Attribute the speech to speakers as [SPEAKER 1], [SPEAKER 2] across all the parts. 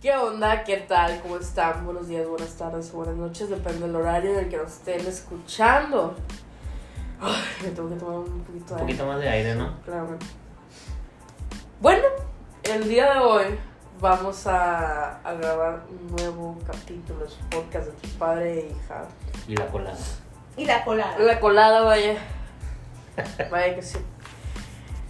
[SPEAKER 1] ¿Qué onda? ¿Qué tal? ¿Cómo están? Buenos días, buenas tardes o buenas noches, depende del horario en el que nos estén escuchando. Ay, me tengo que tomar un poquito
[SPEAKER 2] Un
[SPEAKER 1] de aire.
[SPEAKER 2] poquito más de aire, ¿no?
[SPEAKER 1] Claro. Bueno, el día de hoy vamos a, a grabar un nuevo capítulo de su podcast de tu padre e hija.
[SPEAKER 2] Y la colada.
[SPEAKER 3] Y la colada.
[SPEAKER 1] La colada, vaya. Vaya que sí.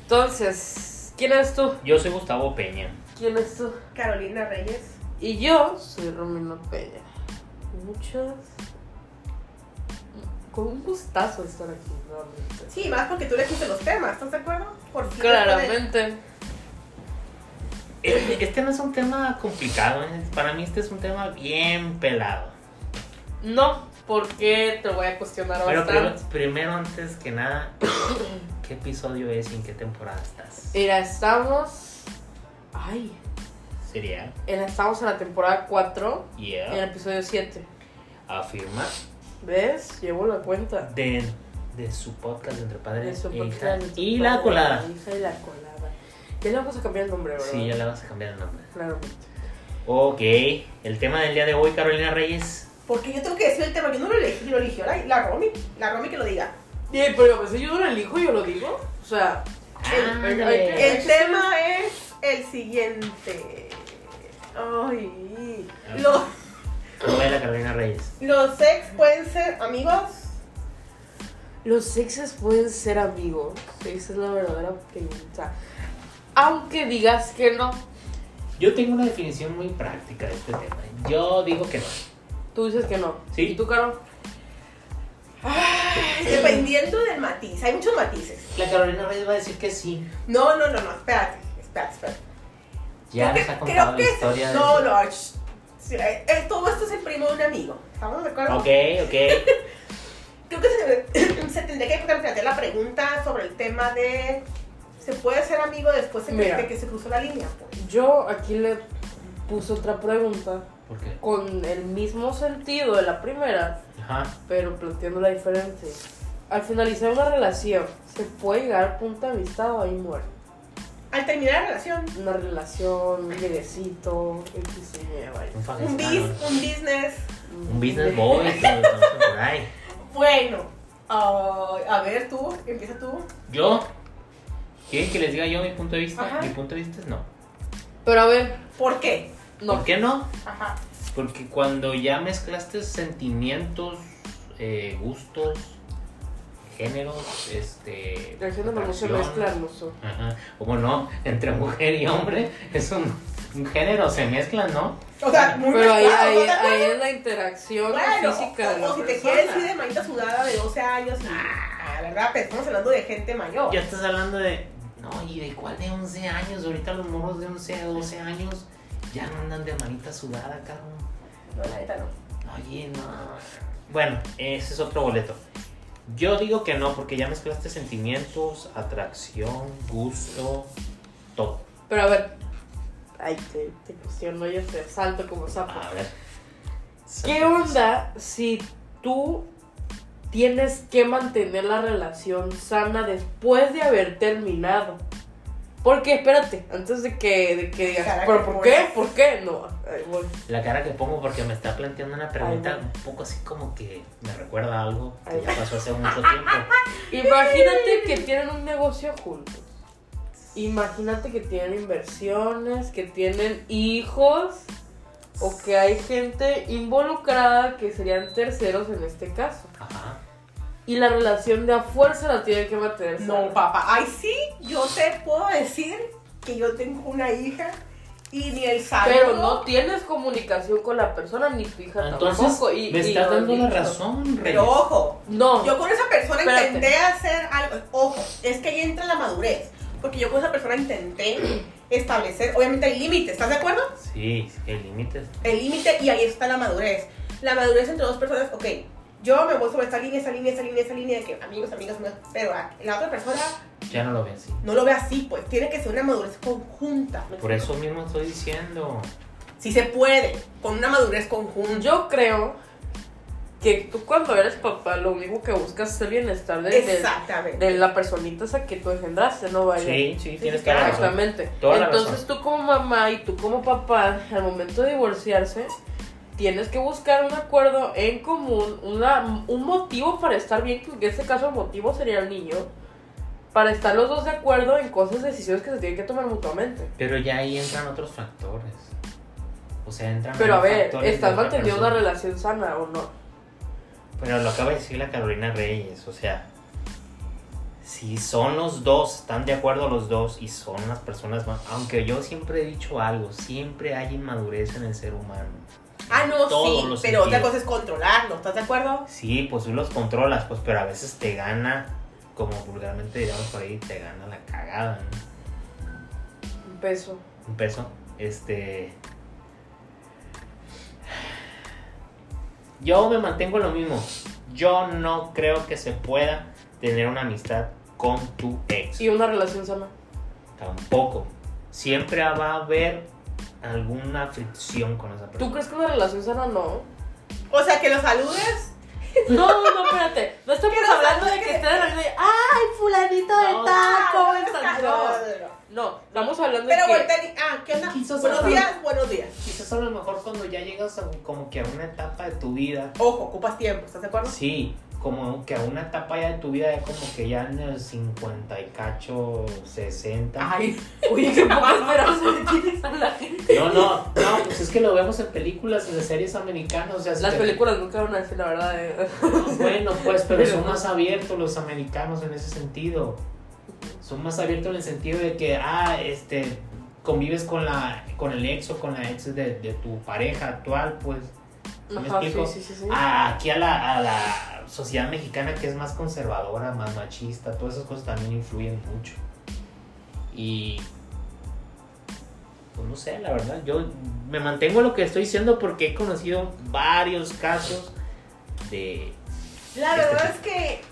[SPEAKER 1] Entonces, ¿quién eres tú?
[SPEAKER 2] Yo soy Gustavo Peña.
[SPEAKER 1] ¿Quién eres tú?
[SPEAKER 3] Carolina Reyes.
[SPEAKER 1] Y yo soy Romina Peña. Muchas. Con un gustazo estar aquí, realmente.
[SPEAKER 3] Sí, más porque tú elegiste los temas, ¿estás de acuerdo? Por fin
[SPEAKER 1] Claramente.
[SPEAKER 2] Este, este no es un tema complicado, ¿eh? para mí este es un tema bien pelado.
[SPEAKER 1] No, porque te voy a cuestionar
[SPEAKER 2] Pero primero,
[SPEAKER 1] bastante.
[SPEAKER 2] primero, antes que nada, ¿qué episodio es y en qué temporada estás?
[SPEAKER 1] Mira, estamos. Ay.
[SPEAKER 2] Sería.
[SPEAKER 1] en- Estamos en la temporada 4, en el
[SPEAKER 2] Yeah.
[SPEAKER 1] episodio 7.
[SPEAKER 2] Afirma.
[SPEAKER 1] ¿Ves? Llevo la cuenta.
[SPEAKER 2] De, de su podcast entre padres
[SPEAKER 1] Eso,
[SPEAKER 2] e
[SPEAKER 1] porque
[SPEAKER 2] hija.
[SPEAKER 1] la-
[SPEAKER 2] Y la colada.
[SPEAKER 1] hija y la colada. Ya le vamos a cambiar el nombre, ¿verdad?
[SPEAKER 2] Sí, ya le vas a cambiar el nombre.
[SPEAKER 1] Claramente.
[SPEAKER 2] Ok, el tema del día de hoy, Carolina Reyes.
[SPEAKER 3] Porque yo tengo que decir el tema, yo no lo elegí, lo eligió la, la Romy. La Romy que lo diga.
[SPEAKER 1] Sí, pero pues, si yo no lo elijo, yo lo digo. O sea,
[SPEAKER 2] Ándale.
[SPEAKER 1] ay, ay,
[SPEAKER 3] El tema es el siguiente. Ay. Los,
[SPEAKER 2] ¿Cómo es la Carolina Reyes?
[SPEAKER 3] los ex pueden ser amigos.
[SPEAKER 1] ¿Los exes pueden ser amigos? Esa es la verdadera pregunta. Aunque digas que no,
[SPEAKER 2] Yo tengo una definición muy práctica de este tema. Yo digo que no.
[SPEAKER 1] tú dices que no.
[SPEAKER 2] Sí.
[SPEAKER 1] ¿Y tú, Caro?
[SPEAKER 3] Dependiendo del matiz, hay muchos matices.
[SPEAKER 2] La Carolina Reyes va a decir que sí.
[SPEAKER 3] No, no, no, no, espérate, espérate, espérate.
[SPEAKER 2] Ya nos
[SPEAKER 3] Creo que-
[SPEAKER 2] ha contado la
[SPEAKER 3] creo que-
[SPEAKER 2] historia.
[SPEAKER 3] No,
[SPEAKER 2] de...
[SPEAKER 3] no, sh- sí, eh, eh, todo esto es el primo de un amigo. ¿Estamos de acuerdo?
[SPEAKER 2] Ok, ok.
[SPEAKER 3] Creo que se, se tendría que plantear la pregunta sobre el tema de ¿se puede ser amigo después de que-
[SPEAKER 1] Mira.
[SPEAKER 3] de que se cruzó la línea? pues?
[SPEAKER 1] Yo aquí le puse otra pregunta
[SPEAKER 2] ¿Por qué?
[SPEAKER 1] con el mismo sentido de la primera,
[SPEAKER 2] Ajá.
[SPEAKER 1] pero planteando la diferencia. Al finalizar una relación, ¿se puede llegar a punto de amistad o ahí muere?
[SPEAKER 3] Al terminar la relación,
[SPEAKER 1] Una relación, un lleguecito, X y Y, vaya.
[SPEAKER 2] Un fan
[SPEAKER 3] un,
[SPEAKER 2] de
[SPEAKER 3] bis,
[SPEAKER 2] Sano.
[SPEAKER 3] un business,
[SPEAKER 2] Un business boy. todo, todo por ahí.
[SPEAKER 3] bueno, ah, a ver tú, empieza tú.
[SPEAKER 2] Yo. ¿Quieren que les diga yo mi punto de vista?
[SPEAKER 3] Ajá.
[SPEAKER 2] Mi punto de vista es no.
[SPEAKER 1] Pero a ver,
[SPEAKER 3] ¿Por qué?
[SPEAKER 1] no.
[SPEAKER 2] ¿Por qué no?
[SPEAKER 3] Ajá.
[SPEAKER 2] Porque cuando ya mezclaste sentimientos, eh, gustos, géneros, este.
[SPEAKER 1] El género no se
[SPEAKER 2] atracción,
[SPEAKER 1] mezcla, hermoso.
[SPEAKER 2] Ajá. ¿Cómo no? Entre mujer y hombre es un, un género, se mezclan, ¿no?
[SPEAKER 3] O sea, muy
[SPEAKER 1] Pero ahí,
[SPEAKER 3] mezclado,
[SPEAKER 1] ahí,
[SPEAKER 3] ¿no?
[SPEAKER 1] ahí es la interacción
[SPEAKER 3] Bueno,
[SPEAKER 1] física de
[SPEAKER 3] o,
[SPEAKER 1] la
[SPEAKER 3] o si te
[SPEAKER 1] persona.
[SPEAKER 3] quieres ir de manita sudada de 12 años y, ah, la verdad, pues, estamos hablando de gente mayor.
[SPEAKER 2] Ya estás hablando de. No, ¿y de cuál de 11 años? Ahorita los morros de 11 a 12 años ya no andan de manita sudada, cabrón.
[SPEAKER 3] No, la neta no.
[SPEAKER 2] Oye, no. Bueno, ese es otro boleto. Yo digo que no, porque ya mezclaste sentimientos, atracción, gusto, todo.
[SPEAKER 1] Pero a ver. Ay, te, te cuestiono, yo te salto como sapo.
[SPEAKER 2] A ver.
[SPEAKER 1] ¿Qué onda si tú tienes que mantener la relación sana después de haber terminado? Porque, espérate, antes de que, de que digas,
[SPEAKER 3] Cara,
[SPEAKER 1] ¿pero
[SPEAKER 3] que
[SPEAKER 1] por
[SPEAKER 3] voy.
[SPEAKER 1] qué? ¿Por qué? No, ahí voy.
[SPEAKER 2] La cara que pongo porque me está planteando una pregunta
[SPEAKER 1] Ay, no.
[SPEAKER 2] un poco así como que me recuerda a algo que
[SPEAKER 1] Ay,
[SPEAKER 2] ya pasó hace mucho tiempo.
[SPEAKER 1] Imagínate que tienen un negocio juntos. Imagínate que tienen inversiones, que tienen hijos o que hay gente involucrada que serían terceros en este caso.
[SPEAKER 2] Ajá.
[SPEAKER 1] Y la relación de a fuerza la tienen que mantener.
[SPEAKER 3] No,
[SPEAKER 1] sana.
[SPEAKER 3] papá. Ay, sí, yo te puedo decir que yo tengo una hija y ni el saludo.
[SPEAKER 1] Pero no tienes comunicación con la persona ni tu hija
[SPEAKER 2] Entonces,
[SPEAKER 1] tampoco. Y,
[SPEAKER 2] me
[SPEAKER 1] y
[SPEAKER 2] estás
[SPEAKER 1] lo has
[SPEAKER 2] dando la
[SPEAKER 1] dicho.
[SPEAKER 2] razón, Reyes.
[SPEAKER 3] Pero ojo,
[SPEAKER 1] No,
[SPEAKER 3] yo con esa persona
[SPEAKER 1] Espérate.
[SPEAKER 3] intenté hacer algo. Ojo, es que ahí entra la madurez. Porque yo con esa persona intenté establecer, obviamente hay límites, ¿estás de acuerdo?
[SPEAKER 2] Sí, sí, hay límites.
[SPEAKER 3] El límite y ahí está la madurez. La madurez entre dos personas, ok, yo me voy sobre esta línea, esta línea, esta línea, esta línea, de que amigos, amigas, amigas, pero ah, la otra persona
[SPEAKER 2] Ya no lo veo así.
[SPEAKER 3] no lo ve así, pues tiene que ser una madurez conjunta. ¿me
[SPEAKER 2] Por
[SPEAKER 3] explico?
[SPEAKER 2] eso mismo estoy diciendo.
[SPEAKER 3] Si se puede, con una madurez conjunta.
[SPEAKER 1] yo creo que tú cuando eres papá lo único que buscas es el bienestar de, de-
[SPEAKER 3] Exactamente.
[SPEAKER 1] de la personita esa que tú engendraste, ¿no? Vaya.
[SPEAKER 2] Sí, sí, tienes
[SPEAKER 3] sí,
[SPEAKER 2] toda la
[SPEAKER 3] claro.
[SPEAKER 2] razón.
[SPEAKER 1] Exactamente.
[SPEAKER 2] Toda la
[SPEAKER 1] Entonces tú como mamá y tú como papá, al momento de divorciarse, tienes que buscar un acuerdo en común, una, un motivo para estar bien, que en este caso el motivo sería el niño, para estar los dos de acuerdo en cosas, decisiones que se tienen que tomar mutuamente.
[SPEAKER 2] Pero ya ahí entran otros factores. O sea, entran
[SPEAKER 1] Pero a
[SPEAKER 2] otros
[SPEAKER 1] ver,
[SPEAKER 2] factores de
[SPEAKER 1] ¿estás
[SPEAKER 2] otra
[SPEAKER 1] manteniendo una
[SPEAKER 2] persona.
[SPEAKER 1] relación sana o no?
[SPEAKER 2] Pero lo acaba de decir la Carolina Reyes, o sea, si son los dos, están de acuerdo los dos y son las personas más... Aunque yo siempre he dicho algo, siempre hay inmadurez en el ser humano.
[SPEAKER 3] Ah,
[SPEAKER 2] En
[SPEAKER 3] no,
[SPEAKER 2] todos
[SPEAKER 3] sí, pero
[SPEAKER 2] los
[SPEAKER 3] otra
[SPEAKER 2] sentidos.
[SPEAKER 3] cosa es controlarlo, ¿estás de acuerdo?
[SPEAKER 2] Sí, pues tú los controlas, pues, pero a veces te gana, como vulgarmente diríamos por ahí, te gana la cagada, ¿no?
[SPEAKER 1] Un peso.
[SPEAKER 2] Un peso. Este... Yo me mantengo en lo mismo. Yo no creo que se pueda tener una amistad con tu ex.
[SPEAKER 1] Y una relación sana.
[SPEAKER 2] Tampoco. Siempre va a haber alguna fricción con esa
[SPEAKER 1] ¿Tú
[SPEAKER 2] persona.
[SPEAKER 1] crees que una relación sana no?
[SPEAKER 3] O sea, que lo saludes.
[SPEAKER 1] No, no, espérate. No estamos
[SPEAKER 3] Pero,
[SPEAKER 1] hablando de
[SPEAKER 3] ¿sabes
[SPEAKER 1] que
[SPEAKER 3] qué?
[SPEAKER 1] estés hablando de, ay, fulanito de
[SPEAKER 2] No.
[SPEAKER 1] tal, ¿cómo
[SPEAKER 3] Ah,
[SPEAKER 1] estás?
[SPEAKER 3] no,
[SPEAKER 1] No.
[SPEAKER 3] no, no.
[SPEAKER 1] No, estamos hablando
[SPEAKER 3] Pero
[SPEAKER 1] de que
[SPEAKER 3] voltea y- ah, ¿qué onda?
[SPEAKER 2] Quiso
[SPEAKER 3] buenos
[SPEAKER 2] saber.
[SPEAKER 3] días, buenos días.
[SPEAKER 2] Quizás a lo mejor cuando ya llegas a, como que a una etapa de tu vida.
[SPEAKER 3] Ojo, ocupas tiempo, ¿estás de acuerdo?
[SPEAKER 2] Sí, como que a una etapa ya de tu vida ya como que ya en el 50 y cacho, 60.
[SPEAKER 3] Ay,
[SPEAKER 1] Oye, qué poca esperanza le tienes a la gente.
[SPEAKER 2] No, no, no, pues es que lo vemos en películas, en las series americanas. O sea, si
[SPEAKER 1] Las
[SPEAKER 2] te-
[SPEAKER 1] películas nunca van a decir la verdad. eh.
[SPEAKER 2] Bueno, pues, pero son más abiertos los americanos en ese sentido. Son más abiertos en el sentido de que, ah, este, convives con la, con el ex o con la ex de, de tu pareja actual, pues. ¿Sí me
[SPEAKER 1] Ajá, sí,
[SPEAKER 2] explico?
[SPEAKER 1] sí, sí. sí.
[SPEAKER 2] Ah, aquí a la, a la sociedad mexicana que es más conservadora, más machista, todas esas cosas también influyen mucho. Y. Pues no sé, la verdad, yo me mantengo en lo que estoy diciendo porque he conocido varios casos de
[SPEAKER 3] la verdad es que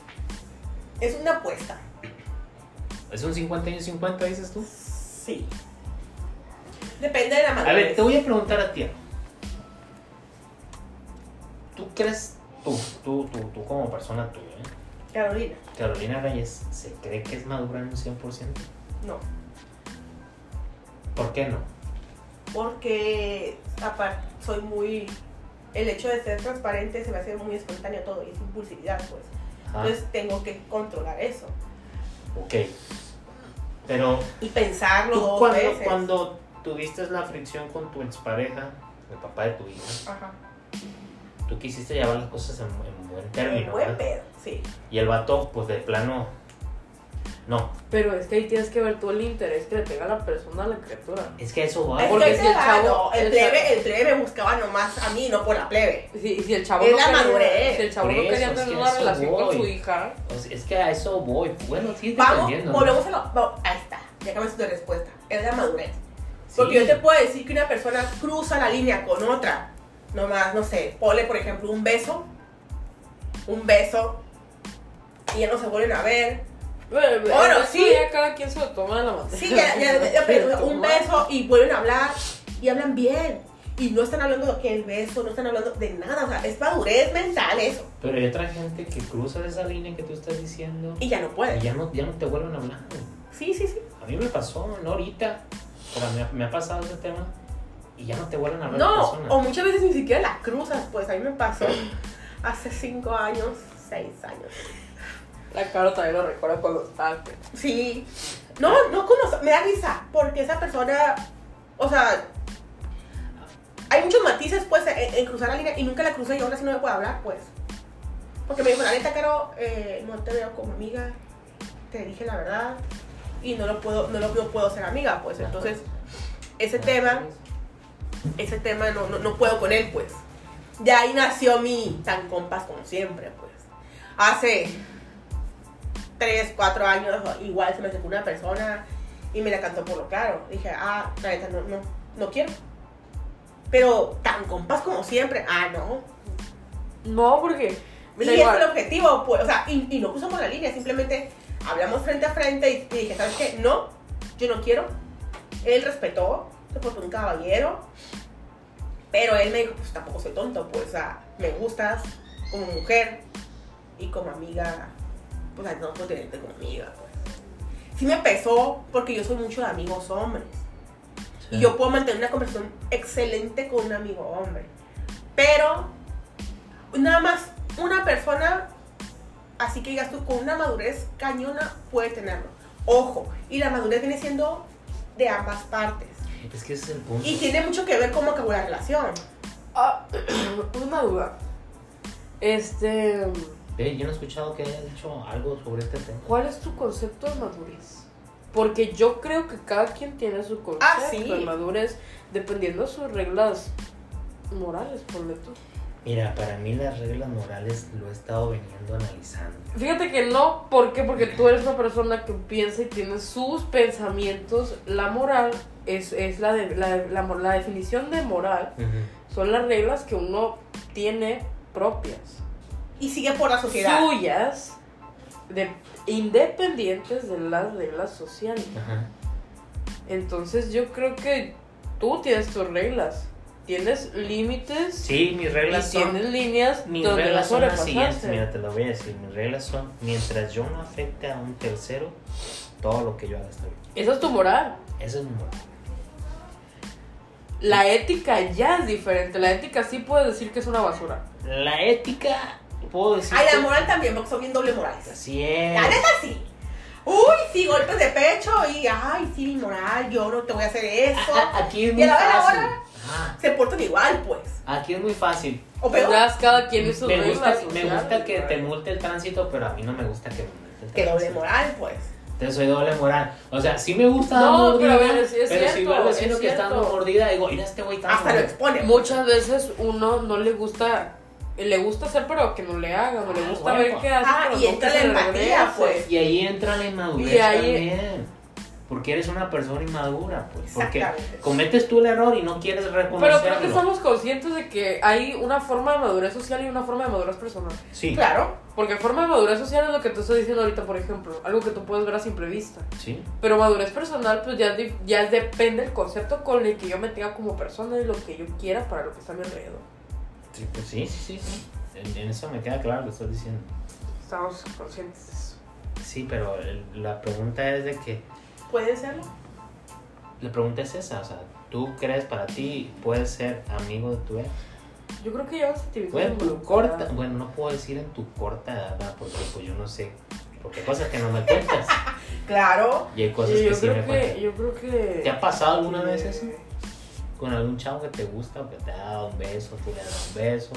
[SPEAKER 3] es una apuesta.
[SPEAKER 2] ¿Es un 50 y un 50, dices tú?
[SPEAKER 3] Sí. Depende de la
[SPEAKER 2] A
[SPEAKER 3] madurez.
[SPEAKER 2] ver, te voy a preguntar a ti. algo. ¿Tú crees, tú, tú, tú, tú como persona tú, ¿eh?
[SPEAKER 3] Carolina,
[SPEAKER 2] Carolina Reyes, ¿se cree que es madura en un 100%?
[SPEAKER 3] no.
[SPEAKER 2] ¿Por qué no?
[SPEAKER 3] Porque, aparte, soy muy... El hecho de ser transparente se me hace muy espontáneo todo y es impulsividad, pues.
[SPEAKER 2] Ajá,
[SPEAKER 3] Entonces tengo que controlar eso
[SPEAKER 2] ok. Pero
[SPEAKER 3] y pensarlo
[SPEAKER 2] tú
[SPEAKER 3] dos
[SPEAKER 2] cuando,
[SPEAKER 3] veces.
[SPEAKER 2] cuando tuviste la fricción con tu expareja, el papá de tu hija,
[SPEAKER 3] Ajá.
[SPEAKER 2] tú quisiste llevar las cosas en, en buen
[SPEAKER 3] Un
[SPEAKER 2] término,
[SPEAKER 3] buen
[SPEAKER 2] ¿verdad?
[SPEAKER 3] pedo, sí.
[SPEAKER 2] Y el vato, pues de plano, no.
[SPEAKER 1] Pero es que ahí tienes que ver tú el interés que le tenga la persona a la criatura.
[SPEAKER 2] Es que a eso va.
[SPEAKER 3] Es
[SPEAKER 1] porque
[SPEAKER 3] que ahí
[SPEAKER 1] si
[SPEAKER 3] te
[SPEAKER 1] el
[SPEAKER 3] va,
[SPEAKER 1] chavo-
[SPEAKER 3] no, el,
[SPEAKER 1] el
[SPEAKER 3] plebe, el plebe me buscaba nomás a mí, no por la plebe.
[SPEAKER 1] Si, si el chavo
[SPEAKER 3] Es
[SPEAKER 1] no
[SPEAKER 3] la
[SPEAKER 1] quería,
[SPEAKER 3] madurez.
[SPEAKER 1] si el chavo
[SPEAKER 2] Por
[SPEAKER 1] no
[SPEAKER 2] eso,
[SPEAKER 1] quería
[SPEAKER 2] es
[SPEAKER 1] tener
[SPEAKER 2] que
[SPEAKER 1] una
[SPEAKER 2] eso
[SPEAKER 1] relación con
[SPEAKER 2] voy.
[SPEAKER 1] su hija,
[SPEAKER 2] O sea, es que a eso voy. Bueno, sí,
[SPEAKER 3] Vamos,
[SPEAKER 2] dependiendo. ¿no?
[SPEAKER 3] volvemos a lo. vamos, ahí está, ya acabas tu respuesta. Es la madurez.
[SPEAKER 2] Sí.
[SPEAKER 3] Porque yo te puedo decir que una persona cruza la línea con otra. Nomás, no sé, ponle por ejemplo un beso. Un beso. Y ya no se vuelven a ver.
[SPEAKER 1] bueno,
[SPEAKER 3] Bueno,
[SPEAKER 1] eso
[SPEAKER 3] sí.
[SPEAKER 1] ya cada quien se lo toma de la manera.
[SPEAKER 3] Sí, ya, ya, ya, pero un
[SPEAKER 1] Toma.
[SPEAKER 3] beso y vuelven a hablar y hablan bien. Y no están hablando de que el beso, no están hablando de nada. O sea, es madurez mental eso.
[SPEAKER 2] Pero hay otra gente que cruza esa línea que tú estás diciendo
[SPEAKER 3] Y ya no
[SPEAKER 2] y
[SPEAKER 3] pueden.
[SPEAKER 2] ya no, ya no te vuelven a hablar.
[SPEAKER 3] Sí, sí, sí.
[SPEAKER 2] A mí me pasó, no ahorita, pero me, ha- me ha pasado ese tema y ya no te vuelven a hablar.
[SPEAKER 3] No,
[SPEAKER 2] las personas.
[SPEAKER 3] o muchas veces ni siquiera las cruzas. Pues a mí me pasó hace cinco años, seis años.
[SPEAKER 1] La cara también lo recuerda cuando estaba.
[SPEAKER 3] Sí. No, no conozco. Me da risa. Porque esa persona. O sea. Hay muchos matices, pues, en, en cruzar la línea. Y nunca la crucé y ahora sí no me puedo hablar, pues. Porque me dijo, la neta, Caro, eh, no te veo como amiga. Te dije la verdad. Y no lo puedo, no lo no puedo ser amiga, pues. Entonces, ese tema, ese tema no, no, no puedo con él, pues. De ahí nació mi tan compas como siempre, pues. Hace 3, 4 años igual se me acercó una persona y me la cantó por lo caro. Dije, ah, la neta, no, no, no quiero. Pero tan compas como siempre, ah, no.
[SPEAKER 1] No, porque. Mira,
[SPEAKER 3] y ese es
[SPEAKER 1] igual.
[SPEAKER 3] el objetivo, pues, o sea, y, y no cruzamos la línea, simplemente hablamos frente a frente y, y dije, ¿sabes qué? No, yo no quiero. Él respetó, se portó un caballero, pero él me dijo, pues tampoco soy tonto, pues, o sea, me gustas, como mujer y como amiga, pues no puedo tenerte como amiga, pues. Sí me pesó porque yo soy mucho de amigos hombres.
[SPEAKER 2] Ah.
[SPEAKER 3] Y yo puedo mantener una conversación excelente con un amigo hombre. Pero nada más una persona, así que digas tú, con una madurez cañona puede tenerlo. Ojo, y la madurez viene siendo de ambas partes.
[SPEAKER 2] Es que ese es el punto.
[SPEAKER 3] Y tiene mucho que ver cómo acabó la relación.
[SPEAKER 1] Ah, una duda. Este.
[SPEAKER 2] Ve, yo no he escuchado que hayas dicho algo sobre este tema.
[SPEAKER 1] ¿Cuál es tu concepto de madurez? Porque yo creo que cada quien tiene su concepto
[SPEAKER 3] Ah, sí.
[SPEAKER 1] de madurez dependiendo de sus reglas morales, por tú.
[SPEAKER 2] Mira, para mí las reglas morales lo he estado veniendo analizando.
[SPEAKER 1] Fíjate que no, ¿por qué? Porque tú eres una persona que piensa y tiene sus pensamientos. La moral es, es la, de- la, la, mo- la definición de moral. Son las reglas que uno tiene propias.
[SPEAKER 3] Y sigue por la sociedad.
[SPEAKER 1] Suyas, de, independientes de las reglas sociales.
[SPEAKER 2] Ajá.
[SPEAKER 1] Entonces yo creo que tú tienes tus reglas. Tienes límites
[SPEAKER 2] Sí, mis
[SPEAKER 1] y
[SPEAKER 2] reglas son...
[SPEAKER 1] tienes líneas
[SPEAKER 2] Mis
[SPEAKER 1] donde las
[SPEAKER 2] reglas son las siguientes,
[SPEAKER 1] sobrepasaste.
[SPEAKER 2] mira, te las voy a decir. Mis reglas son, mientras yo no afecte a un tercero, todo lo que yo haga está bien.
[SPEAKER 1] Esa es tu moral.
[SPEAKER 2] Esa es mi moral.
[SPEAKER 1] La ética ya es diferente. La ética sí puedes decir que es una basura.
[SPEAKER 2] La ética, puedo decir
[SPEAKER 3] Ay, la
[SPEAKER 2] que-
[SPEAKER 3] moral también, porque son bien doble morales.
[SPEAKER 2] Así es.
[SPEAKER 3] La neta sí. Uy, sí, golpes de pecho y ay, sí, mi moral, yo no te voy a hacer eso.
[SPEAKER 2] A- a- Aquí es
[SPEAKER 3] ¿Y
[SPEAKER 2] muy
[SPEAKER 3] a la hora,
[SPEAKER 2] fácil.
[SPEAKER 3] hora?
[SPEAKER 2] Ajá.
[SPEAKER 3] Se portan igual, pues.
[SPEAKER 2] Aquí es muy fácil.
[SPEAKER 3] O
[SPEAKER 1] Pero,
[SPEAKER 3] peor,
[SPEAKER 1] cada quien sus
[SPEAKER 2] me,
[SPEAKER 1] reglas.
[SPEAKER 2] gusta, me
[SPEAKER 1] sociales,
[SPEAKER 2] gusta que
[SPEAKER 1] ¿verdad?
[SPEAKER 2] te multe el tránsito, pero a mí no me gusta que me multe el
[SPEAKER 3] que doble
[SPEAKER 2] tránsito.
[SPEAKER 3] moral, pues.
[SPEAKER 2] Entonces soy doble moral. O sea, sí me gusta
[SPEAKER 1] No,
[SPEAKER 2] dar
[SPEAKER 1] pero
[SPEAKER 2] mordida,
[SPEAKER 1] a ver, sí es
[SPEAKER 2] pero si
[SPEAKER 1] cierto,
[SPEAKER 2] veo al vecino
[SPEAKER 1] es
[SPEAKER 2] que está dando
[SPEAKER 1] cierto.
[SPEAKER 2] mordida, digo, mira este güey está
[SPEAKER 3] Hasta lo
[SPEAKER 2] dando-
[SPEAKER 3] expone.
[SPEAKER 1] Muchas veces uno no le gusta, le gusta hacer pero que no le hagan, o le
[SPEAKER 2] Ah,
[SPEAKER 1] gusta
[SPEAKER 2] bueno.
[SPEAKER 1] ver qué hace.
[SPEAKER 3] Ah,
[SPEAKER 1] pero
[SPEAKER 3] y
[SPEAKER 1] nunca
[SPEAKER 3] entra
[SPEAKER 1] se
[SPEAKER 3] la
[SPEAKER 1] le
[SPEAKER 3] empatía,
[SPEAKER 1] regresa.
[SPEAKER 3] pues.
[SPEAKER 2] Y ahí entra la inmadurez
[SPEAKER 1] Y ahí-
[SPEAKER 2] también. Porque eres una persona inmadura, pues. Porque
[SPEAKER 3] Exactamente.
[SPEAKER 2] cometes tú el error y no quieres reconocerlo.
[SPEAKER 1] Pero creo que estamos conscientes de que hay una forma de madurez social y una forma de madurez personal.
[SPEAKER 2] Sí,
[SPEAKER 3] Claro.
[SPEAKER 1] Porque forma de madurez social es lo que te estoy diciendo ahorita, por ejemplo, algo que tú puedes ver a simple vista.
[SPEAKER 2] sí.
[SPEAKER 1] Pero madurez personal, pues ya, di- ya depende del concepto con el que yo me tenga como persona y lo que yo quiera para lo que está a mi alrededor.
[SPEAKER 2] Sí, pues sí, sí, sí, sí. En, en eso me queda claro lo que estás diciendo.
[SPEAKER 1] Estamos conscientes de eso.
[SPEAKER 2] Sí, pero el- la pregunta es de que.
[SPEAKER 3] Puede serlo.
[SPEAKER 2] La pregunta es esa, o sea, ¿tú crees para ti puedes ser amigo de tu ex?
[SPEAKER 1] Yo creo que llevas actividades
[SPEAKER 2] Bueno, tu
[SPEAKER 1] involucradas.
[SPEAKER 2] corta, bueno, no puedo decir en tu corta edad, ¿verdad? porque pues yo no sé, porque hay cosas que no me cuentas
[SPEAKER 3] Claro.
[SPEAKER 2] y hay cosas
[SPEAKER 1] Sí,
[SPEAKER 2] que
[SPEAKER 1] yo,
[SPEAKER 2] sí me
[SPEAKER 1] creo que,
[SPEAKER 2] cuentas.
[SPEAKER 1] yo creo que...
[SPEAKER 2] ¿Te ha pasado alguna vez
[SPEAKER 1] que-
[SPEAKER 2] eso? Con algún chavo que te gusta o que te ha dado un beso, tú le has dado un beso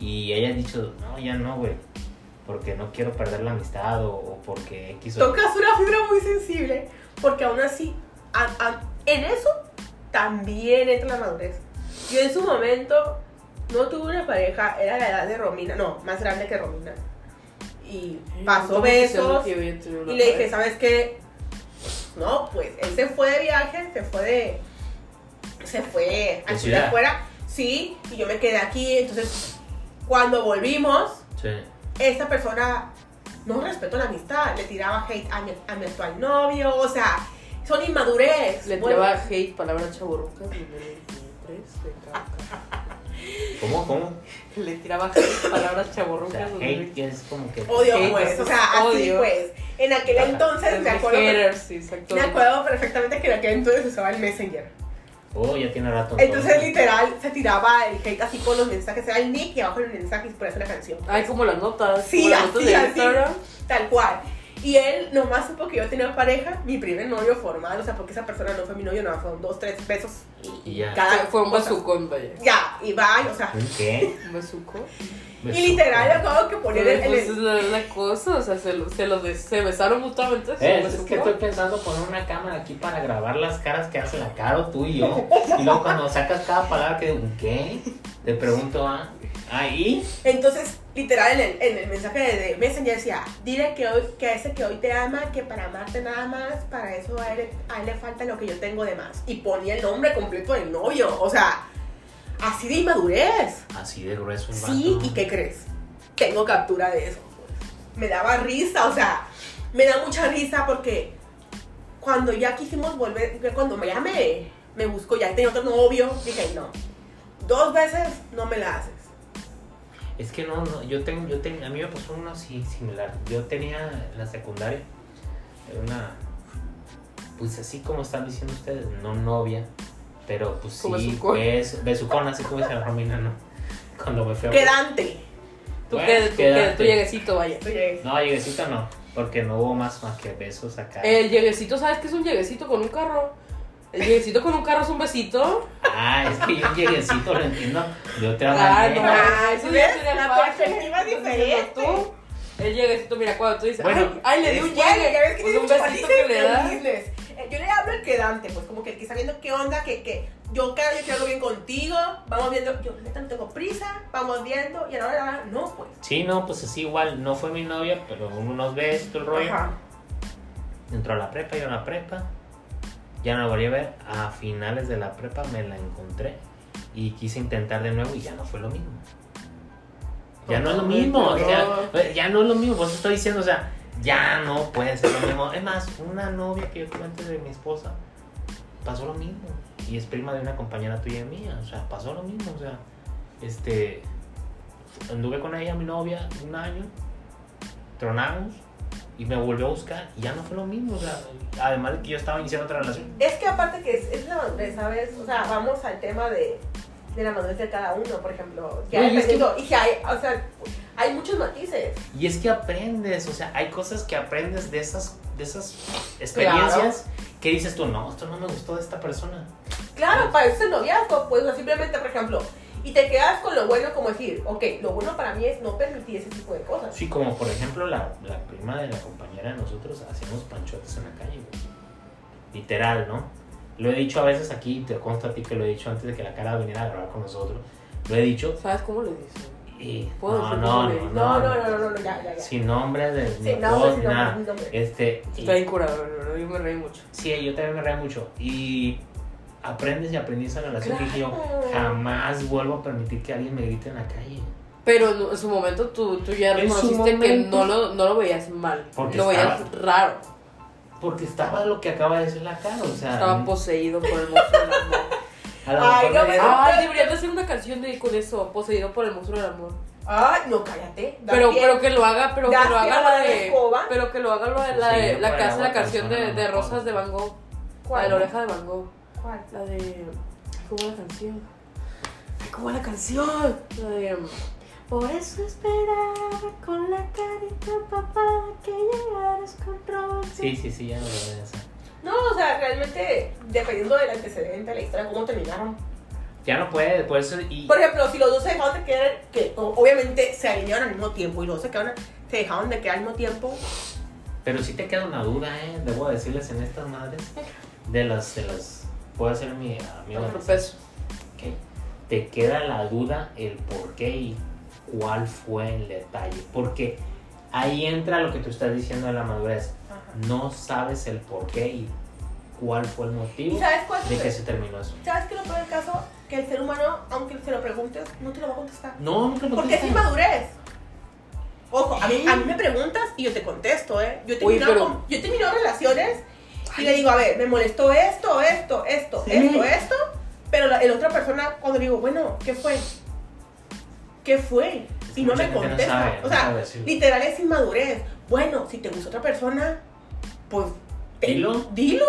[SPEAKER 2] y ella ha dicho, no, ya no, güey, porque no quiero perder la amistad o, o porque quiso...
[SPEAKER 3] Tocas una fibra muy sensible, porque aún así, a- a- en eso también entra la madurez. Yo en su momento no tuve una pareja, era la edad de Romina, no, más grande que Romina. Y pasó
[SPEAKER 1] Estamos diciendo
[SPEAKER 3] besos.
[SPEAKER 1] que yo ya tuve una
[SPEAKER 3] Y le dije,
[SPEAKER 1] pareja.
[SPEAKER 3] ¿sabes qué? No, pues él se fue de viaje, se fue de. Se fue a
[SPEAKER 2] De
[SPEAKER 3] estudiar
[SPEAKER 2] ciudad.
[SPEAKER 3] afuera. Sí, y yo me quedé aquí. Entonces, cuando volvimos,
[SPEAKER 2] Sí.
[SPEAKER 3] esta persona no respetó la amistad, le tiraba hate a mi, a mi actual novio, o sea, son inmadurez.
[SPEAKER 1] Le
[SPEAKER 3] Bueno,
[SPEAKER 1] tiraba hate, palabras chaburrucas, y me le tres, le tiraba-
[SPEAKER 2] ¿Cómo, cómo?
[SPEAKER 1] Le tiraba hate, palabras
[SPEAKER 2] O sea,
[SPEAKER 1] chaburrucas.
[SPEAKER 2] hate es como que...
[SPEAKER 3] Odio,
[SPEAKER 1] Sí,
[SPEAKER 3] pues, o sea,
[SPEAKER 1] pues,
[SPEAKER 3] así
[SPEAKER 1] odio.
[SPEAKER 3] pues. En aquel
[SPEAKER 2] Ajá.
[SPEAKER 3] entonces, me acuerdo, me
[SPEAKER 1] Haters, sí, exacto.
[SPEAKER 3] acuerdo perfectamente que en aquel entonces usaba el Messenger.
[SPEAKER 2] Oh, ya tiene rato.
[SPEAKER 3] Entonces, literal, se tiraba el hate así con los mensajes, era el nick y abajo los mensajes, por eso la canción.
[SPEAKER 1] Ay, como las notas.
[SPEAKER 3] Sí,
[SPEAKER 1] como las
[SPEAKER 3] así,
[SPEAKER 1] notas de
[SPEAKER 3] así.
[SPEAKER 1] Instagram.
[SPEAKER 3] Tal cual. Y él nomás supo que yo tenía pareja, mi primer novio formal, o sea, porque esa persona no fue mi novio, nada, fueron dos, tres besos.
[SPEAKER 2] Y ya.
[SPEAKER 1] Fue- Ah, Fue un
[SPEAKER 3] cosa.
[SPEAKER 1] besucón, vaya.
[SPEAKER 3] Ya, y bye, o sea,
[SPEAKER 2] ¿Un qué?
[SPEAKER 1] Un besuco.
[SPEAKER 3] Y literal, yo acabo que
[SPEAKER 1] Pero
[SPEAKER 3] poner el, el-
[SPEAKER 1] pues es la, la cosa, o sea, se, lo- se, los des- se besaron mutuamente. se
[SPEAKER 2] Eh, es que estoy pensando poner una cámara aquí para grabar las caras que hace la Caro, tú y yo. Y luego cuando sacas cada palabra que digo, ¿qué? Te pregunto, ah, ahí.
[SPEAKER 3] Entonces, literal, en el, en el mensaje de, de Messenger decía, dile que, hoy, que a ese que hoy te ama, que para amarte nada más, para eso a él, a él le falta lo que yo tengo de más. Y ponía el nombre completo del novio, o sea, así de inmadurez.
[SPEAKER 2] Así de grueso. el
[SPEAKER 3] Sí,
[SPEAKER 2] vato.
[SPEAKER 3] ¿y qué crees? Tengo captura de eso. pues. Me daba risa, o sea, me da mucha risa porque cuando ya quisimos volver, que cuando ya me, me buscó, ya tenía otro novio, dije, no, dos veces no me la haces.
[SPEAKER 2] Es que no, no, yo tengo, yo tengo, a mí me pasó una así similar. Yo tenía en la secundaria una, pues así como están diciendo ustedes, no novia, pero pues
[SPEAKER 1] Como
[SPEAKER 2] sí,
[SPEAKER 1] besucón.
[SPEAKER 2] pues, besucón, así como dice la familia, ¿no? Cuando me fui a...
[SPEAKER 3] Quedante.
[SPEAKER 1] Tú
[SPEAKER 2] Bueno,
[SPEAKER 1] que tú, que,
[SPEAKER 2] quédate.
[SPEAKER 1] tu lleguecito, vaya.
[SPEAKER 2] No, lleguecito no, porque no hubo más, más que besos acá.
[SPEAKER 1] El lleguecito, ¿sabes qué es un lleguecito con un carro? El lleguecito con un carro es un besito.
[SPEAKER 2] Ah, es que yo un lleguecito lo entiendo de otra
[SPEAKER 1] Ah, no,
[SPEAKER 2] manera.
[SPEAKER 3] Ah,
[SPEAKER 1] eso ya
[SPEAKER 3] ¿ves?
[SPEAKER 1] sería
[SPEAKER 3] La
[SPEAKER 1] fácil.
[SPEAKER 3] perspectiva es diferente.
[SPEAKER 1] Tú, el lleguecito, mira, cuando tú dices,
[SPEAKER 2] Bueno,
[SPEAKER 1] ay, ay, le di un
[SPEAKER 3] Bueno, ya ves
[SPEAKER 1] llegue,
[SPEAKER 3] que
[SPEAKER 1] pues
[SPEAKER 3] tiene
[SPEAKER 1] un
[SPEAKER 3] mucho
[SPEAKER 1] besito
[SPEAKER 3] matices
[SPEAKER 1] que le
[SPEAKER 3] en
[SPEAKER 1] das.
[SPEAKER 3] business. Eh, Yo le hablo el quedante, pues como que el que está viendo qué onda, que, que yo cada día quiero algo bien contigo, vamos viendo, yo neta no tengo prisa, vamos viendo, y ahora, ahora no, pues.
[SPEAKER 2] Sí, no, pues así igual, no fue mi novia, pero unos besos, todo el rollo.
[SPEAKER 3] Ajá.
[SPEAKER 2] Entró a la prepa, yo a la prepa. Ya no la volví a ver. A finales de la prepa me la encontré. Y quise intentar de nuevo y ya no fue lo mismo. Ya no es lo mismo. o sea, eh, ya no es lo mismo. Vos estoy diciendo, o sea, ya no puede ser lo mismo. Es más, una novia que yo tuve antes de mi esposa pasó lo mismo. Y es prima de una compañera tuya y mía. O sea, pasó lo mismo. O sea, este. Anduve con ella, mi novia, un año. Tronamos y me volvió a buscar y ya no fue lo mismo. O sea, además de que yo estaba iniciando otra relación.
[SPEAKER 3] Es que aparte que es, es la madurez, ¿sabes? O sea, vamos al tema de, de la madurez de cada uno, por ejemplo. Ya
[SPEAKER 2] Oye, y es que-
[SPEAKER 3] dependiendo- y que hay, o sea, hay muchos matices.
[SPEAKER 2] Y es que aprendes, o sea, hay cosas que aprendes de esas, de esas experiencias que dices tú, no, esto no me gustó de esta persona.
[SPEAKER 3] Claro, para eso es noviazgo, pues o sea, simplemente, por ejemplo, y te quedas con lo bueno, como decir, ok, lo bueno para mí es no permitir ese tipo de cosas.
[SPEAKER 2] Sí, como por ejemplo la, la prima de la compañera de nosotros hacemos panchotes en la calle, güey. Literal, ¿no? Lo he dicho a veces aquí, te consta a ti que lo he dicho antes de que la cara viniera a grabar con nosotros. Lo he dicho
[SPEAKER 1] ¿Sabes cómo le dicen?
[SPEAKER 2] y...
[SPEAKER 1] ¿Puedo
[SPEAKER 2] No,
[SPEAKER 1] decir
[SPEAKER 2] no,
[SPEAKER 1] cómo le-
[SPEAKER 2] no,
[SPEAKER 3] No, no, no, no, no, ya, ya, ya.
[SPEAKER 2] Sin nombre de ni
[SPEAKER 3] Sí, no,
[SPEAKER 2] voz,
[SPEAKER 3] sí,
[SPEAKER 2] ni
[SPEAKER 3] no,
[SPEAKER 2] nada.
[SPEAKER 3] no, no.
[SPEAKER 2] Este, y-
[SPEAKER 1] Está bien curado, la verdad, yo me reí mucho.
[SPEAKER 2] Sí, yo también me reía mucho. Y aprendes y aprendí esa relación que dije yo,
[SPEAKER 3] Claro.
[SPEAKER 2] jamás vuelvo a permitir que alguien me grite en la calle.
[SPEAKER 1] Pero no- en su momento tú, tú ya
[SPEAKER 2] En su
[SPEAKER 1] reconociste que
[SPEAKER 2] momento.
[SPEAKER 1] no lo, no lo veías mal,
[SPEAKER 2] Porque
[SPEAKER 1] lo veías
[SPEAKER 2] estaba-
[SPEAKER 1] raro.
[SPEAKER 2] Porque estaba lo que acaba de decir la cara, o sea.
[SPEAKER 1] Estaba poseído por el monstruo del amor.
[SPEAKER 2] a lo
[SPEAKER 3] Ay,
[SPEAKER 2] mejor
[SPEAKER 3] no
[SPEAKER 2] me-
[SPEAKER 3] me-
[SPEAKER 1] Ay, deberían de hacer una canción de con eso, poseído por el monstruo del amor.
[SPEAKER 3] Ay, no, cállate. da
[SPEAKER 1] Pero,
[SPEAKER 3] pie.
[SPEAKER 1] pero que lo haga, pero que
[SPEAKER 3] Da
[SPEAKER 1] lo haga
[SPEAKER 3] pie
[SPEAKER 1] la
[SPEAKER 3] para la
[SPEAKER 1] de.
[SPEAKER 3] escoba.
[SPEAKER 1] Pero que lo haga la de la
[SPEAKER 2] Poseído
[SPEAKER 1] de la
[SPEAKER 2] por
[SPEAKER 1] que
[SPEAKER 2] el
[SPEAKER 1] hace la
[SPEAKER 2] amor,
[SPEAKER 1] canción de,
[SPEAKER 2] persona,
[SPEAKER 1] de
[SPEAKER 2] no.
[SPEAKER 1] rosas de Van Gogh. La de
[SPEAKER 3] ¿Cuál?
[SPEAKER 1] la oreja de Van Gogh.
[SPEAKER 3] ¿Cuál?
[SPEAKER 1] La de. ¿Cómo la canción? Ay, ¿Cómo la canción? La de. um, Por eso esperaba con la carita papá que llegaras con Rosy.
[SPEAKER 2] Sí, sí, sí, ya lo veo esa.
[SPEAKER 3] No, o sea, realmente, dependiendo del antecedente, la historia, cómo terminaron.
[SPEAKER 2] Ya no puede, por eso. Y,
[SPEAKER 3] Por ejemplo, si los dos se dejaron de quedar, que o- obviamente se alinearon al mismo tiempo y los dos se, quedaron, se dejaron de quedar al mismo tiempo,
[SPEAKER 2] pero sí te queda una duda, ¿eh? Debo decirles en estas madres. De las. De las puedo hacer mi amigo.
[SPEAKER 1] Otro peso.
[SPEAKER 2] Ok. Te queda la duda, el por qué y cuál fue el detalle. Porque ahí entra lo que tú estás diciendo de la madurez. No sabes el por qué y cuál fue el
[SPEAKER 3] ¿Y
[SPEAKER 2] motivo
[SPEAKER 3] sabes cuál?
[SPEAKER 2] de que se terminó eso.
[SPEAKER 3] ¿Sabes qué es lo peor del caso? Que el ser humano, aunque se lo preguntes, no te lo va a contestar.
[SPEAKER 2] No, nunca lo
[SPEAKER 3] Porque es
[SPEAKER 2] contestan.
[SPEAKER 3] inmadurez. Ojo, a mí, a mí me preguntas y yo te contesto, ¿eh? Yo he
[SPEAKER 1] Oye,
[SPEAKER 3] terminado
[SPEAKER 1] pero-
[SPEAKER 3] con- yo he terminado relaciones y le digo, a ver, me molestó esto, esto, esto,
[SPEAKER 2] Sí.
[SPEAKER 3] esto, esto. Pero la, el otra persona, cuando le digo, bueno, ¿qué fue? ¿Qué fue? Y no
[SPEAKER 2] Mucha
[SPEAKER 3] me
[SPEAKER 2] gente no
[SPEAKER 3] contesta.
[SPEAKER 2] sabe, no
[SPEAKER 3] o sea,
[SPEAKER 2] sabe, sí.
[SPEAKER 3] literal es inmadurez. Bueno, si te gusta otra persona, pues. te-
[SPEAKER 2] Dilo.
[SPEAKER 3] Dilo.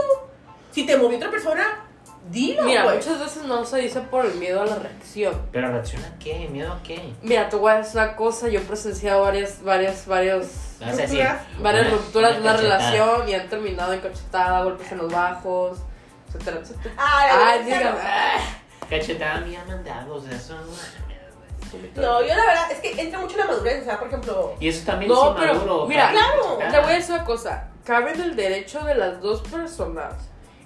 [SPEAKER 3] Si te movió otra persona, dilo.
[SPEAKER 1] Mira,
[SPEAKER 3] pues.
[SPEAKER 1] muchas veces no se dice por el miedo a la reacción.
[SPEAKER 2] Pero reacciona a qué, miedo a qué.
[SPEAKER 1] Mira, te voy a decir una cosa, yo he presenciado varias, varias, varios,
[SPEAKER 2] Vas a decir,
[SPEAKER 3] Rupturas.
[SPEAKER 1] varias
[SPEAKER 2] una-
[SPEAKER 1] rupturas de una
[SPEAKER 2] cachetada.
[SPEAKER 1] relación y han terminado en cachetada, golpes en los bajos, etcétera, etcétera.
[SPEAKER 3] Ah,
[SPEAKER 1] Ay, diga, ah.
[SPEAKER 2] Cachetada me ha mandado, o sea, eso no mames, güey.
[SPEAKER 3] No, yo la verdad es que entra mucho la madurez, o sea, por ejemplo,
[SPEAKER 2] Y eso también
[SPEAKER 1] No,
[SPEAKER 2] es
[SPEAKER 1] pero,
[SPEAKER 2] inmaduro.
[SPEAKER 1] mira,
[SPEAKER 2] para-
[SPEAKER 3] claro,
[SPEAKER 2] para-
[SPEAKER 1] Te voy a decir una cosa, cabe en el derecho de las dos personas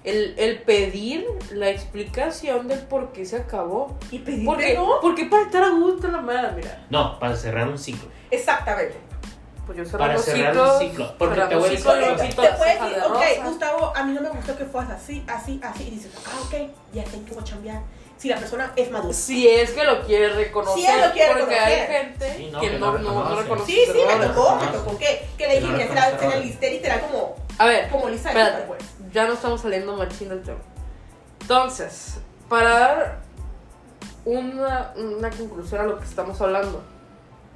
[SPEAKER 1] el, el pedir la explicación del por qué se acabó.
[SPEAKER 3] y pedir
[SPEAKER 1] Porque,
[SPEAKER 3] perdón.
[SPEAKER 1] porque para estar a gusto en la mala, mira.
[SPEAKER 2] No, para cerrar un ciclo.
[SPEAKER 3] Exactamente.
[SPEAKER 1] Pues yo
[SPEAKER 2] Para
[SPEAKER 1] cerramos
[SPEAKER 2] cerrar
[SPEAKER 1] ciclos,
[SPEAKER 2] un ciclo, porque te
[SPEAKER 1] cerramos
[SPEAKER 2] voy a decir
[SPEAKER 1] ciclos,
[SPEAKER 2] una
[SPEAKER 1] yo
[SPEAKER 2] cosa.
[SPEAKER 1] quito
[SPEAKER 3] te
[SPEAKER 1] la
[SPEAKER 3] puedes
[SPEAKER 1] ceja
[SPEAKER 3] decir,
[SPEAKER 1] de
[SPEAKER 3] ok,
[SPEAKER 1] rosa".
[SPEAKER 3] Gustavo, a mí no me gustó que fueras así, así, así. Y dices, ah, ok, ya tengo que chambear. Si la persona es madura.
[SPEAKER 1] Si es que lo quiere reconocer.
[SPEAKER 3] Si él lo quiere
[SPEAKER 1] porque
[SPEAKER 3] reconocer.
[SPEAKER 1] hay gente
[SPEAKER 2] Sí, no,
[SPEAKER 1] que,
[SPEAKER 2] que
[SPEAKER 1] no,
[SPEAKER 2] no
[SPEAKER 1] no- no
[SPEAKER 2] reconoce.
[SPEAKER 1] reconoce.
[SPEAKER 3] Sí,
[SPEAKER 1] sus
[SPEAKER 3] sí, me
[SPEAKER 1] errores.
[SPEAKER 3] tocó, me
[SPEAKER 2] Ajá.
[SPEAKER 3] tocó. Que, que le
[SPEAKER 2] Pero
[SPEAKER 3] dije, mira, te
[SPEAKER 2] no
[SPEAKER 3] la,
[SPEAKER 2] reconoce
[SPEAKER 3] te la
[SPEAKER 2] errores.
[SPEAKER 3] listé y te la como,
[SPEAKER 1] A ver,
[SPEAKER 3] como lista de
[SPEAKER 1] Espérate.
[SPEAKER 3] puta, pues.
[SPEAKER 1] ya no estamos saliendo machín del tema. Entonces, para dar una, una conclusión a lo que estamos hablando,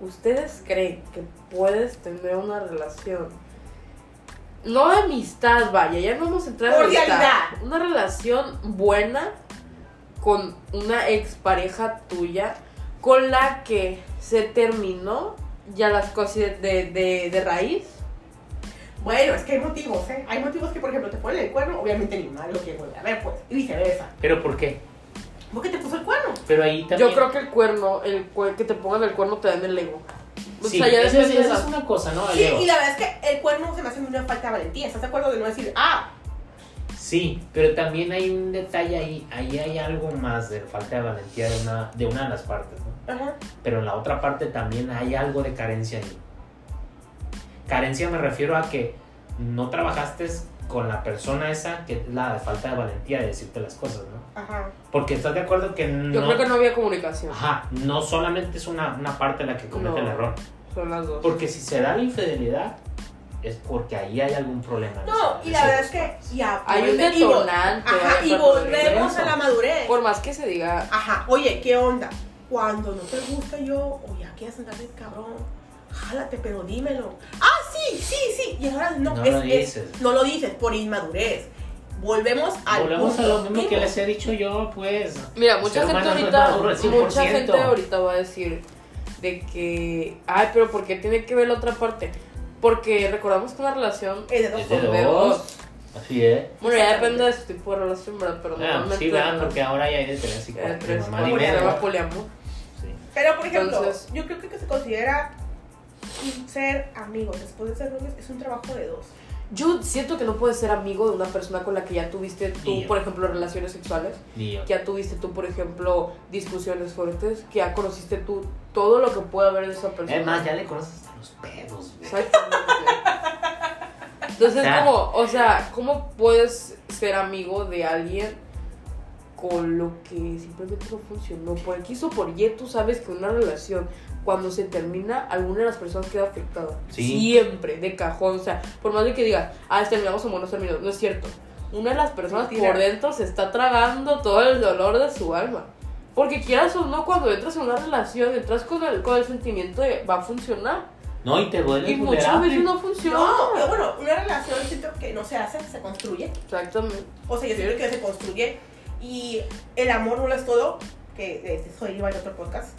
[SPEAKER 1] ¿Ustedes creen que puedes tener una relación? No de amistad, vaya, ya no vamos a entrar en amistad.
[SPEAKER 3] Cordialidad.
[SPEAKER 1] Una relación buena con una expareja tuya con la que se terminó ya las cosas de, de- de- de raíz.
[SPEAKER 3] Bueno, es que hay motivos, ¿eh? Hay motivos que, por ejemplo, te ponen el cuerno, obviamente ni mal lo que vuelve a ver, pues, y viceversa.
[SPEAKER 2] ¿Pero por qué?
[SPEAKER 3] ¿Por qué te puso el cuerno?
[SPEAKER 2] Pero ahí también...
[SPEAKER 1] Yo creo que el cuerno, el cue- que te pongan el cuerno te dan el ego. O
[SPEAKER 2] Sí,
[SPEAKER 1] sea, ya
[SPEAKER 2] eso,
[SPEAKER 1] depende de
[SPEAKER 2] eso
[SPEAKER 1] la-
[SPEAKER 2] es una cosa, ¿no?
[SPEAKER 3] Sí,
[SPEAKER 2] Leo?
[SPEAKER 3] y la verdad es que el cuerno se me hace una falta de valentía. ¿Estás de acuerdo de no decir, ah,
[SPEAKER 2] Sí, pero también hay un detalle ahí, ahí hay algo más de falta de valentía de una de, una de las partes, ¿no?
[SPEAKER 3] ajá,
[SPEAKER 2] Pero en la otra parte también hay algo de carencia ahí. Carencia me refiero a que no trabajaste con la persona esa que es la de falta de valentía de decirte las cosas, ¿no?
[SPEAKER 3] ajá,
[SPEAKER 2] Porque estás de acuerdo que no...
[SPEAKER 1] Yo creo que no había comunicación.
[SPEAKER 2] Ajá, no solamente es una, una parte la que comete
[SPEAKER 1] No.
[SPEAKER 2] el error.
[SPEAKER 1] Son las dos.
[SPEAKER 2] Porque si se da la infidelidad, es porque ahí hay algún problema.
[SPEAKER 3] No, y la verdad es que ya.
[SPEAKER 1] Hay un
[SPEAKER 3] vuelve- y vol-
[SPEAKER 1] detonante,
[SPEAKER 3] Ajá,
[SPEAKER 1] hay
[SPEAKER 3] y
[SPEAKER 1] otra
[SPEAKER 3] volvemos
[SPEAKER 2] cosa.
[SPEAKER 3] a la madurez.
[SPEAKER 1] Por más que se diga,
[SPEAKER 3] Ajá, oye, ¿qué onda? Cuando no te gusta yo, o ya quieres andar de cabrón, jálate, pero dímelo. Ah, sí, sí, sí. Y ahora no,
[SPEAKER 2] No
[SPEAKER 3] es,
[SPEAKER 2] lo
[SPEAKER 3] es-
[SPEAKER 2] dices.
[SPEAKER 3] no lo dices por inmadurez. Volvemos al
[SPEAKER 2] Volvemos a
[SPEAKER 3] punto
[SPEAKER 2] lo mismo que
[SPEAKER 3] primo.
[SPEAKER 2] les he dicho yo, pues.
[SPEAKER 1] mira,
[SPEAKER 2] el
[SPEAKER 1] mucha
[SPEAKER 2] ser
[SPEAKER 1] gente
[SPEAKER 2] humano no es
[SPEAKER 1] ahorita,
[SPEAKER 2] maduro al 100%.
[SPEAKER 1] mucha gente ahorita va a decir de que, ay, pero ¿por qué tiene que ver la otra parte? Porque recordamos que una relación
[SPEAKER 3] Es de dos
[SPEAKER 2] Es de
[SPEAKER 3] formas.
[SPEAKER 1] de
[SPEAKER 2] dos. Así es.
[SPEAKER 1] Bueno, ya depende de su tipo de relación, ¿verdad? Pero
[SPEAKER 2] Ah,
[SPEAKER 1] normalmente.
[SPEAKER 2] sí, ¿verdad? porque ahora ya hay de tres y
[SPEAKER 1] eh,
[SPEAKER 2] cuatro.
[SPEAKER 1] tres,
[SPEAKER 2] mamá ni
[SPEAKER 1] porque se
[SPEAKER 2] medio.
[SPEAKER 1] llama poliamor.
[SPEAKER 2] Sí.
[SPEAKER 3] Pero, por ejemplo,
[SPEAKER 1] Entonces-
[SPEAKER 3] yo creo que, que se considera ser amigos después de ser novios es un trabajo de dos.
[SPEAKER 1] Yo siento que no puedes ser amigo de una persona con la que ya tuviste tú,
[SPEAKER 2] Ni yo.
[SPEAKER 1] por ejemplo, relaciones sexuales,
[SPEAKER 2] Ni yo.
[SPEAKER 1] que ya tuviste tú, por ejemplo, discusiones fuertes, que ya conociste tú todo lo que puede haber de esa persona.
[SPEAKER 2] Es más, ya le conoces hasta los pedos, güey.
[SPEAKER 1] Exactamente. Entonces,
[SPEAKER 2] Ah.
[SPEAKER 1] como, o sea, ¿cómo puedes ser amigo de alguien con lo que simplemente no funcionó? Por X o por Y, tú sabes que una relación, cuando se termina, alguna de las personas queda afectada.
[SPEAKER 2] Sí.
[SPEAKER 1] Siempre, de cajón. O sea, por más de que digas, ah, terminamos o no terminamos, no es cierto. Una de las personas
[SPEAKER 3] Mentira.
[SPEAKER 1] por dentro se está tragando todo el dolor de su alma. Porque quieras o no, cuando entras en una relación, entras con el, con el sentimiento de va a funcionar.
[SPEAKER 2] No, y te duele
[SPEAKER 1] Y muchas veces no funciona.
[SPEAKER 3] No, pero bueno, una relación siento que no se hace, se construye.
[SPEAKER 1] Exactamente.
[SPEAKER 3] O sea, yo siento que se construye y el amor no lo es todo, que este, soy Iván de otro podcast.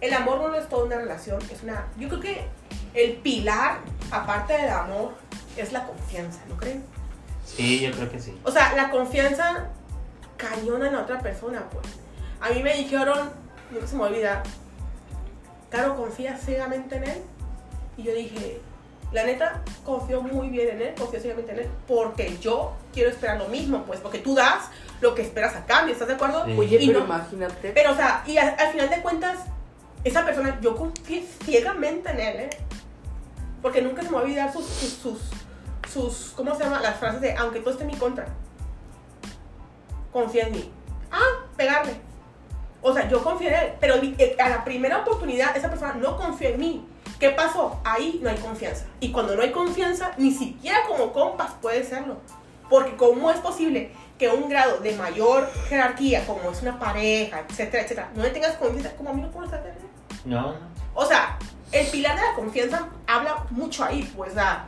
[SPEAKER 3] El amor no lo es todo una relación, es una... Yo creo que el pilar, aparte del amor, es la confianza, ¿no creen?
[SPEAKER 2] Sí, yo creo que sí.
[SPEAKER 3] O sea, la confianza cañona en la otra persona, pues. A mí me dijeron, nunca se me olvida, Caro, ¿confías ciegamente en él? Y yo dije, la neta, confío muy bien en él, confío ciegamente en él, porque yo quiero esperar lo mismo, pues, porque tú das lo que esperas a cambio, ¿estás de acuerdo?
[SPEAKER 2] Sí.
[SPEAKER 1] Oye,
[SPEAKER 3] Y
[SPEAKER 1] pero
[SPEAKER 3] no- Eh,
[SPEAKER 1] imagínate.
[SPEAKER 3] Pero, o sea, y a- al final de cuentas, esa persona, yo confié ciegamente en él, ¿eh? Porque nunca se me va a olvidar sus, sus, sus, sus- ¿cómo se llama? Las frases de, aunque tú estés en mi contra, confía en mí. Ah, pegarme. O sea, yo confié en él, pero vi- eh, a la primera oportunidad esa persona no confió en mí. ¿Qué pasó? Ahí no hay confianza. Y cuando no hay confianza, ni siquiera como compas puede serlo. Porque ¿cómo es posible que un grado de mayor jerarquía, como es una pareja, etcétera, etcétera, no le tengas confianza? Como a mí no puedo saber.
[SPEAKER 2] No, no.
[SPEAKER 3] O sea, el pilar de la confianza habla mucho ahí, pues, la-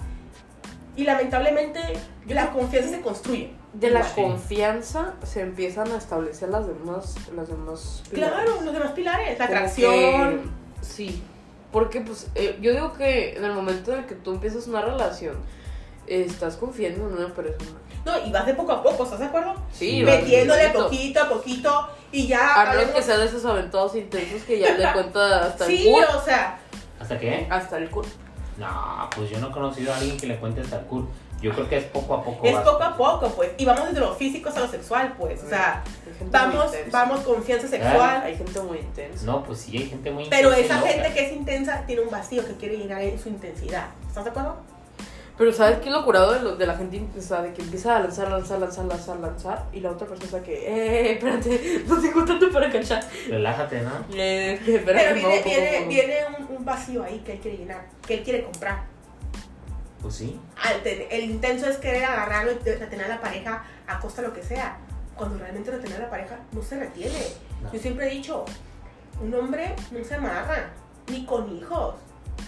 [SPEAKER 3] y lamentablemente la confianza se construye.
[SPEAKER 1] de la
[SPEAKER 2] Sí.
[SPEAKER 1] confianza se empiezan a establecer las demás, las demás pilares.
[SPEAKER 3] Claro, los demás pilares, la
[SPEAKER 1] Como
[SPEAKER 3] atracción.
[SPEAKER 1] que- sí. Porque pues eh, yo digo que en el momento en el que tú empiezas una relación, eh, estás confiando en una persona.
[SPEAKER 3] No, y vas de poco a poco, ¿estás de acuerdo?
[SPEAKER 1] Sí, vas
[SPEAKER 3] Metiéndole
[SPEAKER 1] poquito.
[SPEAKER 3] poquito a poquito y ya.
[SPEAKER 1] A menos
[SPEAKER 3] hablemos-
[SPEAKER 1] que sean esos aventados intensos que ya le cuenta hasta el
[SPEAKER 3] Sí,
[SPEAKER 1] culo.
[SPEAKER 3] o sea,
[SPEAKER 2] ¿Hasta qué?
[SPEAKER 1] Hasta el culo.
[SPEAKER 2] No, pues yo no he conocido a alguien que le cuente hasta el cool. Yo creo que es poco a poco.
[SPEAKER 3] es
[SPEAKER 2] vas.
[SPEAKER 3] poco a poco, pues. Y vamos desde lo físico hasta lo sexual, pues. O sea,
[SPEAKER 1] Hay gente muy
[SPEAKER 3] vamos,
[SPEAKER 1] intensa.
[SPEAKER 3] vamos confianza sexual.
[SPEAKER 1] Hay gente muy intensa.
[SPEAKER 2] No, pues sí, hay gente muy
[SPEAKER 3] Pero
[SPEAKER 2] intensa y
[SPEAKER 3] esa
[SPEAKER 2] loca.
[SPEAKER 3] gente que es intensa tiene un vacío que quiere llenar en su intensidad. ¿Estás de acuerdo?
[SPEAKER 1] Pero ¿sabes qué es lo curado de, lo- de la gente intensa? De que empieza a lanzar, lanzar, lanzar, lanzar, lanzar Y la otra persona sabe que, eh, espérate, no tengo tanto para cachar
[SPEAKER 2] Relájate, ¿no?
[SPEAKER 1] Eh, espérate,
[SPEAKER 3] Pero
[SPEAKER 1] no,
[SPEAKER 3] viene,
[SPEAKER 1] no,
[SPEAKER 3] viene,
[SPEAKER 1] no, no.
[SPEAKER 3] viene un, un vacío ahí que él quiere llenar, que él quiere comprar.
[SPEAKER 2] Pues sí.
[SPEAKER 3] Al ten- el intenso es querer agarrarlo y te- retener a la pareja a costa de lo que sea. Cuando realmente retener a la pareja no se retiene.
[SPEAKER 2] No.
[SPEAKER 3] Yo siempre he dicho, un hombre no se amarra. ni con hijos.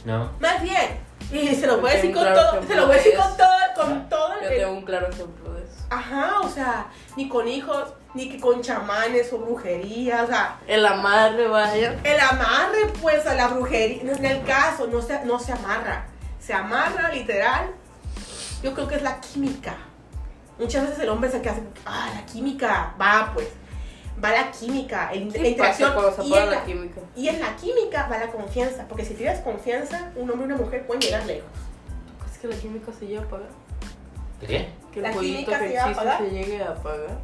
[SPEAKER 2] ¿No?
[SPEAKER 3] Más bien, y se lo voy a
[SPEAKER 1] Yo
[SPEAKER 3] decir
[SPEAKER 1] tengo
[SPEAKER 3] con
[SPEAKER 1] un claro
[SPEAKER 3] todo, se
[SPEAKER 1] ejemplo
[SPEAKER 3] lo voy a
[SPEAKER 1] de
[SPEAKER 3] decir con
[SPEAKER 1] eso.
[SPEAKER 3] todo, con todo
[SPEAKER 1] Yo
[SPEAKER 3] el,
[SPEAKER 1] tengo un claro ejemplo de eso.
[SPEAKER 3] Ajá, o sea, ni con hijos, ni que con chamanes o brujería, o sea,
[SPEAKER 1] El amarre, vaya.
[SPEAKER 3] el amarre, pues, a la brujería, en el caso, no se, no se amarra. Se amarra, literal. Yo creo que es la química. Muchas veces el hombre se queda así, ah, la química, va, pues. Va la química, el- la
[SPEAKER 1] ¿Qué
[SPEAKER 3] interacción.
[SPEAKER 1] pasa cuando se
[SPEAKER 3] y,
[SPEAKER 1] apaga
[SPEAKER 3] en
[SPEAKER 1] la
[SPEAKER 3] la,
[SPEAKER 1] química?
[SPEAKER 3] y en la química va la confianza, porque si tienes confianza, un hombre y una mujer pueden llegar lejos.
[SPEAKER 1] ¿Es que la química se llega a apagar?
[SPEAKER 2] ¿De ¿Qué?
[SPEAKER 1] ¿Que
[SPEAKER 3] ¿La
[SPEAKER 1] el jueguito
[SPEAKER 3] química
[SPEAKER 1] que
[SPEAKER 3] se llega a
[SPEAKER 1] existe
[SPEAKER 3] apagar?
[SPEAKER 1] se llegue a apagar?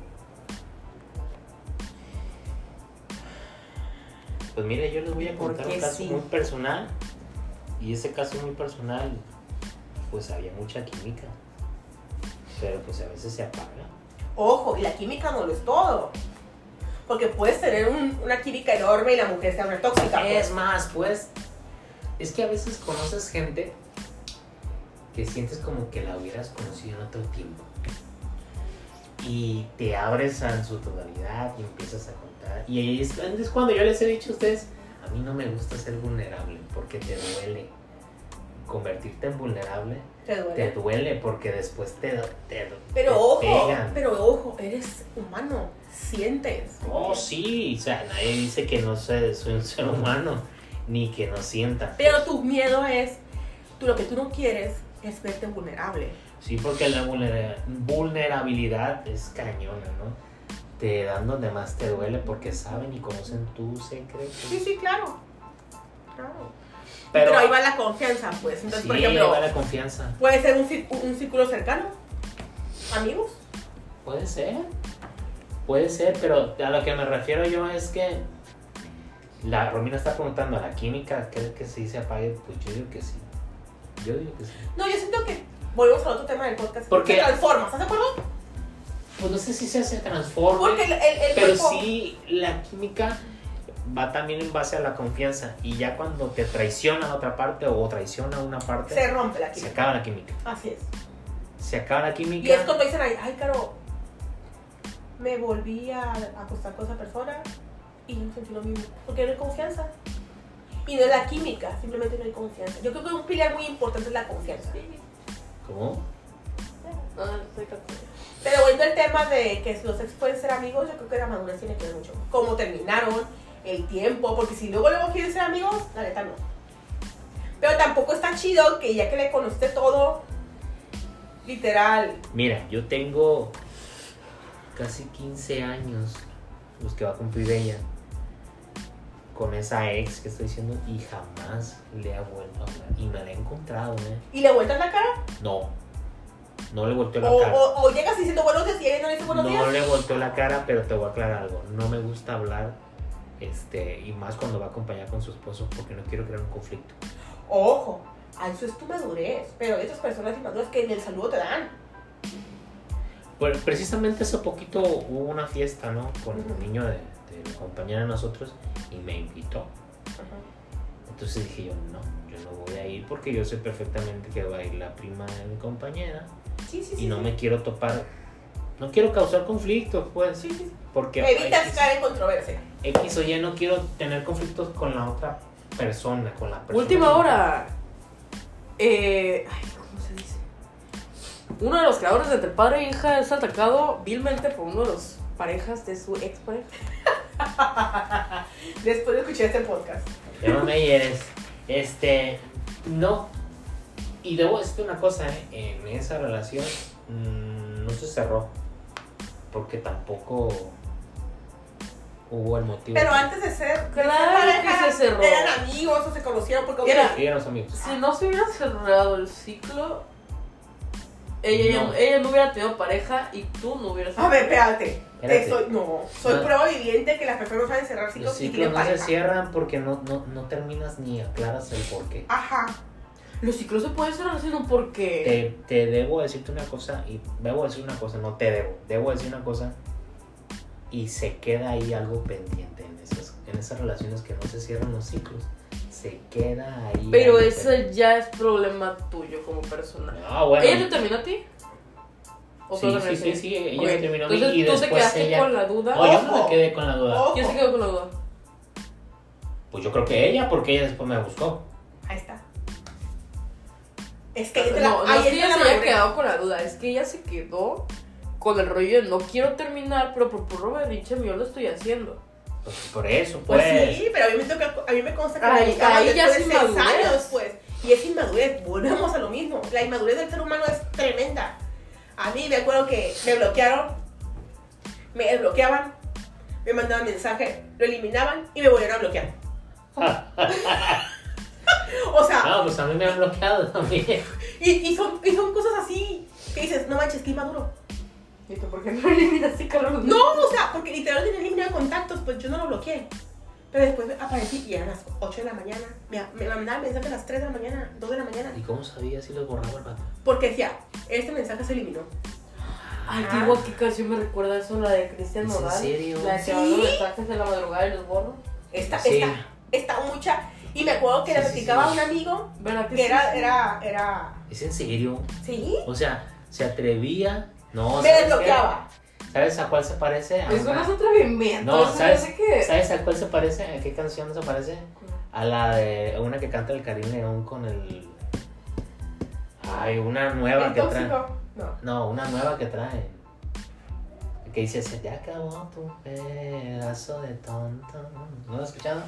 [SPEAKER 2] Pues mire, yo les voy a contar un
[SPEAKER 1] Porque
[SPEAKER 2] caso
[SPEAKER 1] sí.
[SPEAKER 2] muy personal. Y ese caso muy personal, pues había mucha química. Pero pues a veces se apaga.
[SPEAKER 3] Ojo, y la química no lo es todo. Porque puedes tener un- una química enorme y la mujer se abre tóxica. pues.
[SPEAKER 2] Es más, pues, es que a veces conoces gente que sientes como que la hubieras conocido en otro tiempo. Y te abres a su totalidad y empiezas a contar. Y ahí es, es cuando yo les he dicho a ustedes, a mí no me gusta ser vulnerable porque te duele. Convertirte en vulnerable
[SPEAKER 3] Te duele.
[SPEAKER 2] te duele porque después te, do- te, do-
[SPEAKER 3] Pero
[SPEAKER 2] te
[SPEAKER 3] ojo,
[SPEAKER 2] pegan.
[SPEAKER 3] pero ojo, eres humano, sientes.
[SPEAKER 2] Oh, sí, o sea, nadie dice que no sé, soy un ser humano, ni que no sienta.
[SPEAKER 3] Pero tu miedo es, tú lo que tú no quieres es verte vulnerable.
[SPEAKER 2] Sí, porque la vulnera- vulnerabilidad es cañona, ¿no? Te dan donde más te duele porque saben y conocen tus
[SPEAKER 3] Sí,
[SPEAKER 2] secretos.
[SPEAKER 3] sí, claro. Claro. Pero, ahí va la confianza, pues. Entonces,
[SPEAKER 2] sí,
[SPEAKER 3] por
[SPEAKER 2] ahí va
[SPEAKER 3] ejemplo,
[SPEAKER 2] la confianza.
[SPEAKER 3] puede ser un, cí- un círculo cercano, amigos.
[SPEAKER 2] Puede ser, puede ser, pero a lo que me refiero yo es que la Romina está preguntando, ¿la química crees que sí se apague? Pues yo digo que sí. Yo digo que sí.
[SPEAKER 3] No, yo siento que volvemos al otro tema del podcast.
[SPEAKER 2] ¿Por qué?
[SPEAKER 3] Se transforma, ¿estás de acuerdo?
[SPEAKER 2] Pues no sé si se hace transforme.
[SPEAKER 3] Porque el, el, el
[SPEAKER 2] Pero
[SPEAKER 3] cuerpo-
[SPEAKER 2] sí, la química va también en base a la confianza. Y ya cuando te traiciona a otra parte o traiciona a una parte,
[SPEAKER 3] se rompe la
[SPEAKER 2] se
[SPEAKER 3] química.
[SPEAKER 2] acaba la química.
[SPEAKER 3] Así es.
[SPEAKER 2] Se acaba la química.
[SPEAKER 3] Y es cuando dicen, ay, ay, Caro, me volví a acostar con esa persona y no sentí lo mismo. Porque no hay confianza. Y no es la química, simplemente no hay confianza. Yo creo que un pilar muy importante es la confianza.
[SPEAKER 2] ¿Cómo?
[SPEAKER 1] No, no Ah, estoy capaz.
[SPEAKER 3] Pero volviendo al tema de que los ex pueden ser amigos, yo creo que la madurez tiene que ver mucho. Cómo terminaron, el tiempo, porque si luego luego quieren ser amigos, la neta no. Pero tampoco está chido que ya que le conociste todo, literal,
[SPEAKER 2] Mira, yo tengo casi 15 años, los que va a cumplir ella, con esa ex que estoy diciendo y jamás le ha vuelto a hablar. Y me la he encontrado, ¿eh?
[SPEAKER 3] y le vueltas la cara.
[SPEAKER 2] No. No le volteó la
[SPEAKER 3] O,
[SPEAKER 2] cara.
[SPEAKER 3] o- o llegas diciendo buenos días y ella no le dice buenos días.
[SPEAKER 2] No le volteó la cara, pero te voy a aclarar algo. No me gusta hablar, este, y más cuando va a acompañar con su esposo, porque no quiero crear un conflicto.
[SPEAKER 3] Ojo, a eso es tu madurez. Pero estas personas inmaduras que en el saludo te dan.
[SPEAKER 2] Bueno, precisamente hace poquito hubo una fiesta, ¿no? Con
[SPEAKER 3] Ujú.
[SPEAKER 2] el niño de, de la compañera de nosotros y me invitó. Entonces dije yo, no, yo no voy a ir porque yo sé perfectamente que va a ir la prima de mi compañera
[SPEAKER 3] Sí, sí, sí.
[SPEAKER 2] y no
[SPEAKER 3] sí.
[SPEAKER 2] me quiero topar. No quiero causar conflictos, pues.
[SPEAKER 3] Sí, sí, sí.
[SPEAKER 2] Porque
[SPEAKER 3] Evitas
[SPEAKER 2] X-
[SPEAKER 3] caer en controversia.
[SPEAKER 2] X o Y no quiero tener conflictos con la otra persona, con la persona.
[SPEAKER 1] Última hora. Eh, ay, ¿cómo se dice? Uno de los creadores de Entre Padre e Hija es atacado vilmente por uno de los parejas de su ex pareja.
[SPEAKER 3] Después de escuchar este podcast.
[SPEAKER 2] Ya no me hieres. Este, no. Y debo decirte una cosa, ¿eh? en esa relación mm, no se cerró. Porque tampoco hubo el motivo.
[SPEAKER 3] Pero antes de ser. de
[SPEAKER 1] Claro
[SPEAKER 3] ser
[SPEAKER 1] que se cerró.
[SPEAKER 3] Eran amigos o se conocieron porque.
[SPEAKER 1] Mira.
[SPEAKER 2] Díganos, amigos.
[SPEAKER 1] Si no se hubiera cerrado el ciclo, ella
[SPEAKER 2] No.
[SPEAKER 1] no, ella no hubiera tenido pareja y tú no hubieras.
[SPEAKER 3] A ver, espérate.
[SPEAKER 2] Espérate.
[SPEAKER 3] Te soy- no, soy
[SPEAKER 2] No.
[SPEAKER 3] prueba viviente que las personas saben cerrar
[SPEAKER 2] Los
[SPEAKER 3] ciclos y
[SPEAKER 2] ciclos
[SPEAKER 3] tienen
[SPEAKER 2] no se
[SPEAKER 3] pareja.
[SPEAKER 2] cierran porque no, no, no terminas ni aclaras el porqué.
[SPEAKER 3] Ajá.
[SPEAKER 1] Los ciclos se pueden cerrar sino porque.
[SPEAKER 2] Te, te debo decirte una cosa y debo decir una cosa, no te debo, debo decir una cosa y se queda ahí algo pendiente en esas, en esas relaciones que no se cierran los ciclos, se queda ahí.
[SPEAKER 1] Pero
[SPEAKER 2] algo
[SPEAKER 1] eso
[SPEAKER 2] pendiente.
[SPEAKER 1] ya es problema tuyo como persona.
[SPEAKER 2] Ah, bueno.
[SPEAKER 1] ¿Ella te terminó a ti? ¿O tú
[SPEAKER 2] sí,
[SPEAKER 1] la
[SPEAKER 2] sí, sí,
[SPEAKER 1] terminaste?
[SPEAKER 2] sí, ella
[SPEAKER 1] Ok,
[SPEAKER 2] me terminó a mí
[SPEAKER 1] Entonces
[SPEAKER 2] y
[SPEAKER 1] tú te
[SPEAKER 2] después
[SPEAKER 1] quedaste
[SPEAKER 2] ella...
[SPEAKER 1] con la duda.
[SPEAKER 2] No, yo no me
[SPEAKER 3] Ojo.
[SPEAKER 2] quedé con la duda.
[SPEAKER 3] Ojo.
[SPEAKER 1] Yo se quedo con la duda.
[SPEAKER 2] Pues yo creo que ella, porque ella después me buscó.
[SPEAKER 3] Ahí está. Es que ahí te la,
[SPEAKER 1] no, no
[SPEAKER 3] ahí
[SPEAKER 1] es que
[SPEAKER 3] te
[SPEAKER 1] ella
[SPEAKER 3] la
[SPEAKER 1] se haya
[SPEAKER 3] madurez.
[SPEAKER 1] quedado con la duda, es que ella se quedó con el rollo de no quiero terminar, pero por puro berrinche mío lo estoy haciendo.
[SPEAKER 2] Pues por eso,
[SPEAKER 3] Pues,
[SPEAKER 2] pues.
[SPEAKER 3] sí, pero a mí me, toca, a mí me consta que
[SPEAKER 1] Ahí-
[SPEAKER 3] me buscaban
[SPEAKER 1] ahí ya es
[SPEAKER 3] después de seis
[SPEAKER 1] inmadurez.
[SPEAKER 3] años, pues. Y es inmadurez, volvemos a lo mismo. La inmadurez del ser humano es tremenda. A mí me acuerdo que me bloquearon, me desbloqueaban, me mandaban mensaje, lo eliminaban y me volvieron a bloquear. o sea,
[SPEAKER 1] Ah.
[SPEAKER 2] No, pues a mí me han bloqueado también.
[SPEAKER 3] y, y son, y son cosas así que dices, no manches, qué inmaduro.
[SPEAKER 1] Y tú, ¿por qué no eliminaste Carlos?
[SPEAKER 3] No, o sea, porque literalmente tenía eliminado contactos, pues yo no lo bloqueé. Pero después aparecí y eran las 8 de la mañana. Me, me mandaban mensaje a las 3 de la mañana, 2 de la mañana.
[SPEAKER 2] ¿Y cómo sabía si los borraba el vato?
[SPEAKER 3] Porque decía, este mensaje se eliminó.
[SPEAKER 1] Ay,
[SPEAKER 3] Ah.
[SPEAKER 1] qué guau, qué canción me recuerda eso, la de Cristian
[SPEAKER 2] ¿Es en
[SPEAKER 1] Nodal.
[SPEAKER 2] serio?
[SPEAKER 1] La que
[SPEAKER 3] ¿Sí?
[SPEAKER 1] va a los mensajes de la madrugada y los borro.
[SPEAKER 3] Esta,
[SPEAKER 2] Sí.
[SPEAKER 3] esta, esta mucha. Y me acuerdo que
[SPEAKER 2] Sí,
[SPEAKER 3] le
[SPEAKER 2] sí,
[SPEAKER 3] platicaba
[SPEAKER 2] sí.
[SPEAKER 3] a un amigo
[SPEAKER 1] ¿Verdad que
[SPEAKER 3] que
[SPEAKER 1] sí?
[SPEAKER 3] era, era, era.
[SPEAKER 2] ¿Es en serio?
[SPEAKER 3] ¿Sí?
[SPEAKER 2] O sea, se atrevía. No,
[SPEAKER 3] Me
[SPEAKER 2] ¿sabes
[SPEAKER 3] desbloqueaba.
[SPEAKER 2] qué? ¿Sabes a cuál se parece? A
[SPEAKER 1] Eso no
[SPEAKER 2] una-
[SPEAKER 1] es atrevimiento,
[SPEAKER 2] No,
[SPEAKER 1] eso yo
[SPEAKER 2] ¿sabes?
[SPEAKER 1] sé que...
[SPEAKER 2] ¿Sabes a cuál se parece? ¿A qué canción se parece? A la de a una que canta el Karim León con el. Ay, una nueva
[SPEAKER 3] El
[SPEAKER 2] que trae.
[SPEAKER 3] tóxico. No.
[SPEAKER 2] No, una nueva que trae. Que dice: Se te acabó tu pedazo de tonto. ¿No lo has escuchado?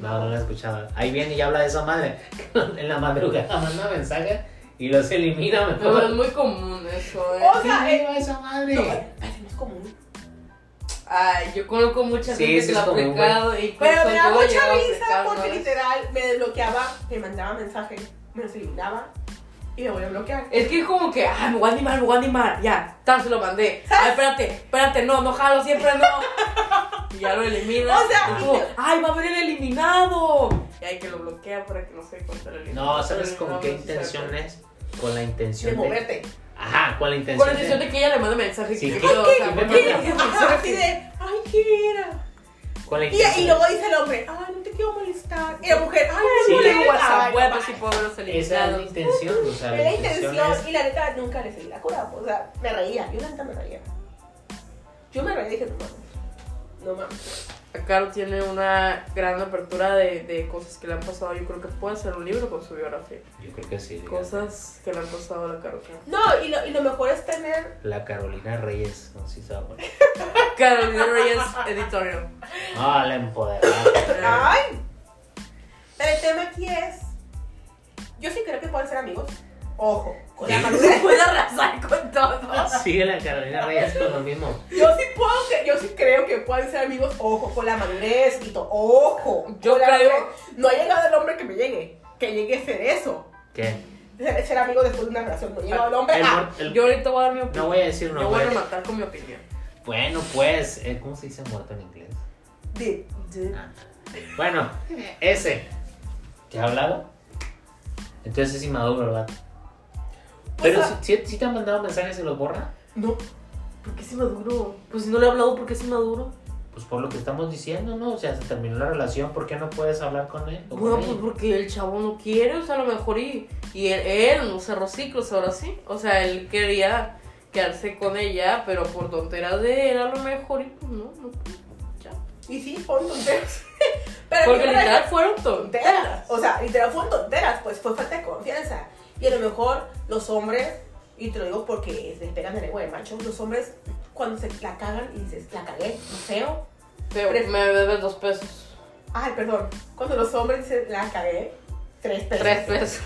[SPEAKER 2] No, no lo he escuchado. Ahí viene y habla de esa madre. en la madrugada manda mensaje y los elimina
[SPEAKER 1] Pero es
[SPEAKER 2] mejor.
[SPEAKER 1] muy común eso, ¿eh?
[SPEAKER 3] O
[SPEAKER 2] Sí,
[SPEAKER 3] sea, eh,
[SPEAKER 2] esa madre.
[SPEAKER 3] no, ay, no es común.
[SPEAKER 1] Ay, yo conozco mucha
[SPEAKER 2] Sí,
[SPEAKER 1] gente que
[SPEAKER 2] sí es
[SPEAKER 1] lo ha
[SPEAKER 2] común,
[SPEAKER 1] aplicado y
[SPEAKER 3] Pero me da
[SPEAKER 1] yo lo he llegado
[SPEAKER 3] mucha
[SPEAKER 1] a
[SPEAKER 3] risa
[SPEAKER 1] aplicar,
[SPEAKER 3] porque
[SPEAKER 1] ¿no?
[SPEAKER 3] literal me desbloqueaba, me mandaba mensajes, me los eliminaba y me volvía a bloquear.
[SPEAKER 1] Es que es como que, ah, me voy a animar, me voy a animar. Ya, tan se lo mandé. Ay, espérate, espérate, no, no jalo, siempre no. Y ya lo elimina.
[SPEAKER 3] O sea,
[SPEAKER 1] y tú, ay, va a haber el eliminado. Y hay que lo bloquea para que no se dé cuenta el eliminado.
[SPEAKER 2] No, ¿sabes
[SPEAKER 1] Pero
[SPEAKER 2] con
[SPEAKER 1] no,
[SPEAKER 2] qué
[SPEAKER 1] no se da
[SPEAKER 2] intención
[SPEAKER 1] cuenta.
[SPEAKER 2] es? Con la intención
[SPEAKER 3] De moverte.
[SPEAKER 2] Ajá, con la
[SPEAKER 1] Con
[SPEAKER 2] intención
[SPEAKER 1] la intención de que ella le mande mensajes.
[SPEAKER 2] Sí,
[SPEAKER 1] que
[SPEAKER 2] ¿qué-
[SPEAKER 1] o sea,
[SPEAKER 2] qué-
[SPEAKER 1] porque
[SPEAKER 2] qué-
[SPEAKER 1] no tiene
[SPEAKER 3] Ajá, así
[SPEAKER 1] mensajes.
[SPEAKER 3] de, ay, ¿qué era?
[SPEAKER 2] Con la
[SPEAKER 3] Y,
[SPEAKER 2] intención
[SPEAKER 3] y luego dice el hombre, ay, no te quiero molestar. Y la mujer, ay,
[SPEAKER 1] Sí, ah, pues
[SPEAKER 3] no me
[SPEAKER 1] tengo
[SPEAKER 3] molestas.
[SPEAKER 1] WhatsApp,
[SPEAKER 3] Ay,
[SPEAKER 1] web,
[SPEAKER 3] bye.
[SPEAKER 1] así puedo ver los
[SPEAKER 2] Esa es la
[SPEAKER 1] eliminados.
[SPEAKER 2] intención, o sea,
[SPEAKER 3] Era la intención y la neta nunca le seguí la cura. O sea, me reía. Yo la neta me reía. Yo me reía y dije, no mames. No mames.
[SPEAKER 1] Caro tiene una gran apertura de, de cosas que le han pasado. Yo creo que puede hacer un libro con su biografía.
[SPEAKER 2] es... Yo creo que sí. diga.
[SPEAKER 1] Cosas que le han pasado a la Caro. Caro.
[SPEAKER 3] No, y lo, y lo mejor es tener.
[SPEAKER 2] La Carolina Reyes, no sé si sabe.
[SPEAKER 1] Carolina Reyes Editorial.
[SPEAKER 2] Ah, la empoderada.
[SPEAKER 3] ¡Ay! Pero el tema aquí es. Yo sí creo que pueden ser amigos. Ojo, con la
[SPEAKER 2] Sí.
[SPEAKER 3] madurez.
[SPEAKER 1] puede arrasar con todo.
[SPEAKER 2] Sigue la Carolina Reyes con lo mismo.
[SPEAKER 3] Yo sí puedo, que- yo sí creo que pueden ser amigos. Ojo, con la madurez, Quito. Ojo.
[SPEAKER 1] Yo
[SPEAKER 3] con la
[SPEAKER 1] creo-
[SPEAKER 3] madurez. No ha llegado el hombre que me llegue. Que llegue a ser eso.
[SPEAKER 2] ¿Qué?
[SPEAKER 3] Ser, ser amigo después de una relación. No llega el hombre.
[SPEAKER 2] El
[SPEAKER 3] ah,
[SPEAKER 2] mor- el-
[SPEAKER 1] Yo ahorita voy a dar mi opinión.
[SPEAKER 2] No voy a decir
[SPEAKER 1] Yo voy a
[SPEAKER 2] nombres.
[SPEAKER 1] rematar con mi opinión.
[SPEAKER 2] Bueno, pues, eh, ¿cómo se dice muerto en inglés?
[SPEAKER 3] de-
[SPEAKER 2] Ah. Bueno, ese. ¿Te ha hablado? Entonces es inmaduro, ¿verdad?
[SPEAKER 3] Pues,
[SPEAKER 2] Pero
[SPEAKER 3] ah,
[SPEAKER 2] si, si- si te han mandado mensajes y los borra,
[SPEAKER 3] No.
[SPEAKER 1] ¿Por qué es inmaduro? Pues si no le he hablado, ¿por qué es inmaduro?
[SPEAKER 2] pues por lo que estamos diciendo, ¿no? O sea, se terminó la relación, ¿por qué no puedes hablar con él? o con
[SPEAKER 1] Bueno,
[SPEAKER 2] ella?
[SPEAKER 1] pues porque el chavo no quiere, o sea, a lo mejor y, y él, él no cerró ciclos ahora sí. O sea, él quería quedarse con ella, pero por tonteras de él a lo mejor y pues no, no pudo, ya.
[SPEAKER 3] Y sí, fueron tonteras. Pero
[SPEAKER 1] Porque
[SPEAKER 3] fueron
[SPEAKER 1] literal fueron tonteras.
[SPEAKER 3] tonteras. O sea, literal fueron tonteras. Pues fue falta de confianza. Y a lo mejor los hombres, y te lo digo porque se les pegan el ego de macho, los hombres cuando se la cagan y dices, la cagué, feo.
[SPEAKER 1] Pero
[SPEAKER 3] Pref-
[SPEAKER 1] me debes dos pesos.
[SPEAKER 3] Ay, perdón. Cuando los hombres dicen, la cagué, tres pesos.
[SPEAKER 1] Tres pesos.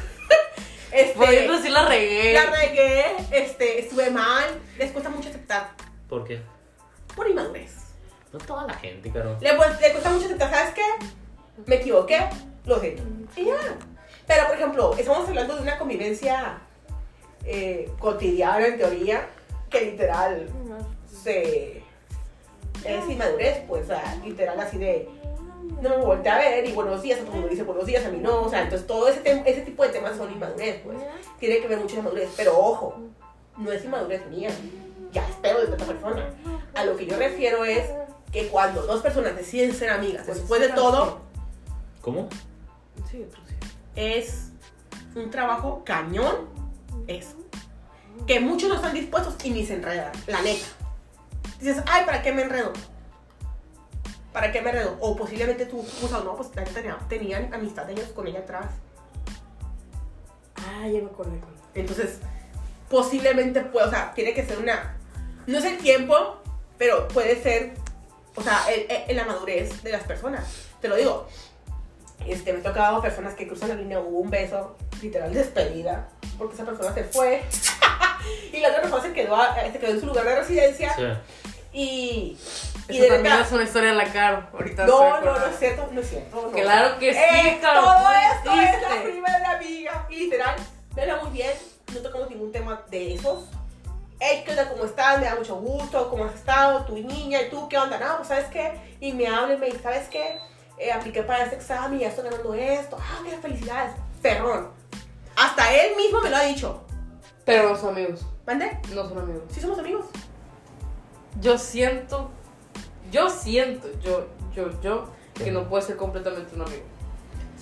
[SPEAKER 3] Este,
[SPEAKER 1] Podrías decir la regué.
[SPEAKER 3] la regué, este, estuve mal. Les cuesta mucho aceptar.
[SPEAKER 2] ¿Por qué?
[SPEAKER 3] Por inmadurez.
[SPEAKER 2] No toda la gente, caro.
[SPEAKER 3] Le, pues, le cuesta mucho aceptar, ¿sabes qué? Me equivoqué, lo siento. Y ya. Pero, por ejemplo, estamos hablando de una convivencia eh, cotidiana, en teoría, que literal se... Es inmadurez, pues, o sea, literal así de... No me volteé a ver y buenos días, a todo el mundo dice buenos días, a mí no. O sea, entonces todo ese, tem- ese tipo de temas son inmadurez, pues. Tiene que ver mucho la madurez, pero ojo, no es inmadurez mía. Ya espero de otra persona. A lo que yo refiero es que cuando dos personas deciden ser amigas, después de todo,
[SPEAKER 2] ¿Cómo?
[SPEAKER 1] Sí, otro sí.
[SPEAKER 3] es un trabajo cañón eso. Que muchos no están dispuestos y ni se enredan, la neta. Dices, ay, ¿para qué me enredo? ¿Para qué me redo? O posiblemente tú, o sea, no, pues la neta tenía- tenían amistad de ellos con ella atrás.
[SPEAKER 1] Ah, ya me acordé. con-
[SPEAKER 3] Entonces, posiblemente puede, o sea, tiene que ser una. No es el tiempo, pero puede ser, o sea, el- el- el la madurez de las personas. Te lo digo. Este, me he tocado personas que cruzan la línea, hubo un beso, literal despedida, porque esa persona se fue. y la otra persona se quedó, a- eh, se quedó en su lugar de residencia.
[SPEAKER 2] Sí.
[SPEAKER 3] Y. y
[SPEAKER 1] Eso
[SPEAKER 3] de
[SPEAKER 1] también
[SPEAKER 3] verdad-
[SPEAKER 1] es una historia de la cara. Ahorita se
[SPEAKER 3] No, no,
[SPEAKER 1] acuerda.
[SPEAKER 3] no es cierto, no es cierto. no.
[SPEAKER 1] Claro que sí,
[SPEAKER 3] Eh,
[SPEAKER 1] cabrón,
[SPEAKER 3] Todo
[SPEAKER 1] tú
[SPEAKER 3] esto es la
[SPEAKER 1] hiciste.
[SPEAKER 3] prima de la amiga. Y literal, vela muy bien. No tocamos ningún tema de esos. Hey, ¿qué onda? ¿Cómo estás? Me da mucho gusto. ¿Cómo has estado? Tu niña y tú, ¿qué onda? No, pues, ¿sabes qué? Y me habla y me dice, ¿sabes qué? Eh, apliqué para este examen y ya estoy ganando esto. ¡Ah, qué felicidades! Ferrón. Hasta él mismo me lo ha dicho.
[SPEAKER 1] Pero no son amigos.
[SPEAKER 3] ¿Mande?
[SPEAKER 1] No son amigos.
[SPEAKER 3] Sí somos amigos.
[SPEAKER 1] Yo siento. Yo siento, yo, yo, yo, que no puede ser completamente un amigo.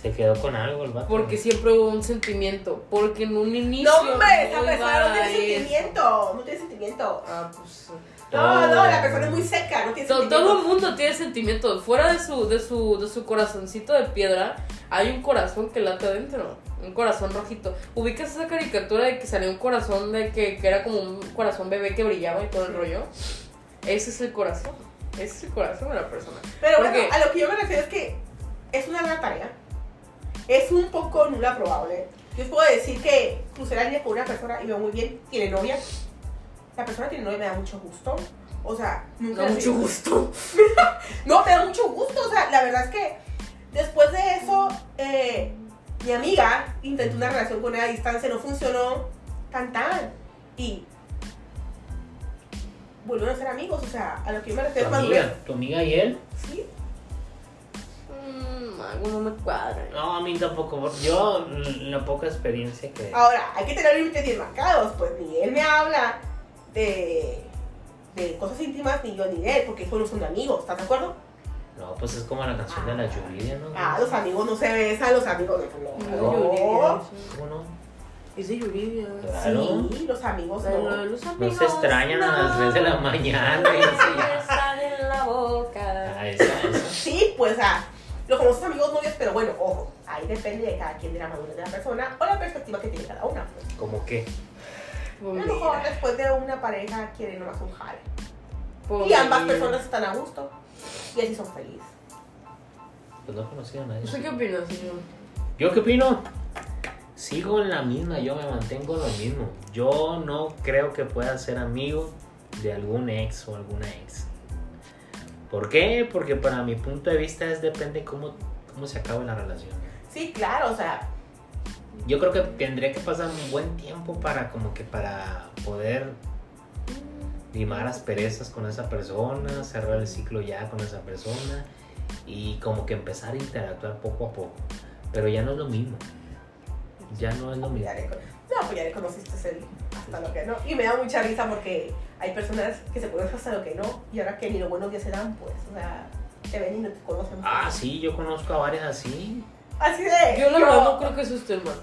[SPEAKER 2] Se quedó con algo el vato.
[SPEAKER 1] Porque siempre hubo un sentimiento. Porque en un inicio.
[SPEAKER 3] No, hombre, esa
[SPEAKER 1] no
[SPEAKER 3] persona no
[SPEAKER 1] iba a
[SPEAKER 3] tiene
[SPEAKER 1] eso.
[SPEAKER 3] sentimiento. No tiene sentimiento.
[SPEAKER 1] Ah, pues.
[SPEAKER 3] No, no, la persona es muy
[SPEAKER 2] muy
[SPEAKER 3] seca, no tiene
[SPEAKER 1] To-
[SPEAKER 3] sentimiento.
[SPEAKER 1] todo el mundo tiene sentimientos. Fuera de su, de su, de su corazoncito de piedra, hay un corazón que late adentro. Un corazón rojito. ¿Ubicas esa caricatura de que salió un corazón de que, que era como un corazón bebé que brillaba y todo el rollo? Ese es el corazón. Ese es el corazón de la persona.
[SPEAKER 3] Pero
[SPEAKER 1] ¿Por
[SPEAKER 3] bueno,
[SPEAKER 1] qué?
[SPEAKER 3] a lo que yo me refiero es que es una gran tarea. Es un poco nula probable. Yo os puedo decir que crucé la línea con una persona y me va muy bien, tiene novia. La persona tiene novia me da mucho gusto. O sea,
[SPEAKER 1] Me
[SPEAKER 3] nunca.
[SPEAKER 1] da mucho gusto.
[SPEAKER 3] No, me da mucho gusto. O sea, la verdad es que después de eso, eh, mi amiga intentó una relación con ella a distancia, no funcionó tan tan. Y volvieron a ser amigos. O sea, a lo que yo me
[SPEAKER 2] Tu
[SPEAKER 3] refiero es madurez.
[SPEAKER 2] amiga, tu amiga y él.
[SPEAKER 3] Sí,
[SPEAKER 1] Mm, algo no me cuadra.
[SPEAKER 2] No, a mí tampoco. Yo, mm, la poca experiencia que.
[SPEAKER 3] Ahora, hay que tener límites bien marcados, pues ni él me habla de, de cosas íntimas, ni yo ni él, porque ellos no son amigos, ¿estás de acuerdo?
[SPEAKER 2] No, pues es como la canción de la lluvia, ¿no?
[SPEAKER 3] Ah, los amigos no se besan, los amigos no.
[SPEAKER 1] No,
[SPEAKER 3] no.
[SPEAKER 2] ¿Cómo no?
[SPEAKER 1] Es de Yuridia.
[SPEAKER 2] Claro.
[SPEAKER 3] Sí, los amigos
[SPEAKER 1] Pero lo de
[SPEAKER 3] no.
[SPEAKER 1] los
[SPEAKER 2] No
[SPEAKER 1] amigos,
[SPEAKER 2] se extrañan a las
[SPEAKER 1] no.
[SPEAKER 2] 3 de la mañana. y así.
[SPEAKER 1] Me sale en la boca.
[SPEAKER 2] Ah, esa, esa.
[SPEAKER 3] Sí, pues ah, los famosos amigos novios, pero bueno, ojo, ahí depende de cada quien de la madurez de la persona o la perspectiva que tiene cada una. pues.
[SPEAKER 2] ¿Cómo qué?
[SPEAKER 3] A lo mejor después de una pareja quieren nomás un jale.
[SPEAKER 1] Pues
[SPEAKER 3] Y ambas
[SPEAKER 1] mira.
[SPEAKER 3] personas están a gusto y así son felices.
[SPEAKER 2] Pues no he conocido a nadie.
[SPEAKER 1] ¿Usted qué opina, señor?
[SPEAKER 2] ¿Yo qué opino? Sigo en la misma, yo me mantengo en lo mismo. Yo no creo que pueda ser amigo de algún ex o alguna ex. ¿Por qué? Porque para mi punto de vista es depende cómo, cómo se acabe la relación.
[SPEAKER 3] Sí, claro, o sea,
[SPEAKER 2] Yo creo que tendría que pasar un buen tiempo para como que para poder limar asperezas con esa persona, cerrar el ciclo ya con esa persona y como que empezar a interactuar poco a poco. Pero ya no es lo mismo. Ya no es lo mismo.
[SPEAKER 3] Ya le con- No, pues ya le conociste el- hasta lo que no. Y me da mucha risa porque hay personas que se conocen hasta lo que no y ahora que ni los buenos días se dan, pues, o sea, te ven y no te conocen.
[SPEAKER 2] Ah, sí, yo conozco a varias así.
[SPEAKER 3] Así de.
[SPEAKER 1] Yo la verdad no creo que eso esté mal.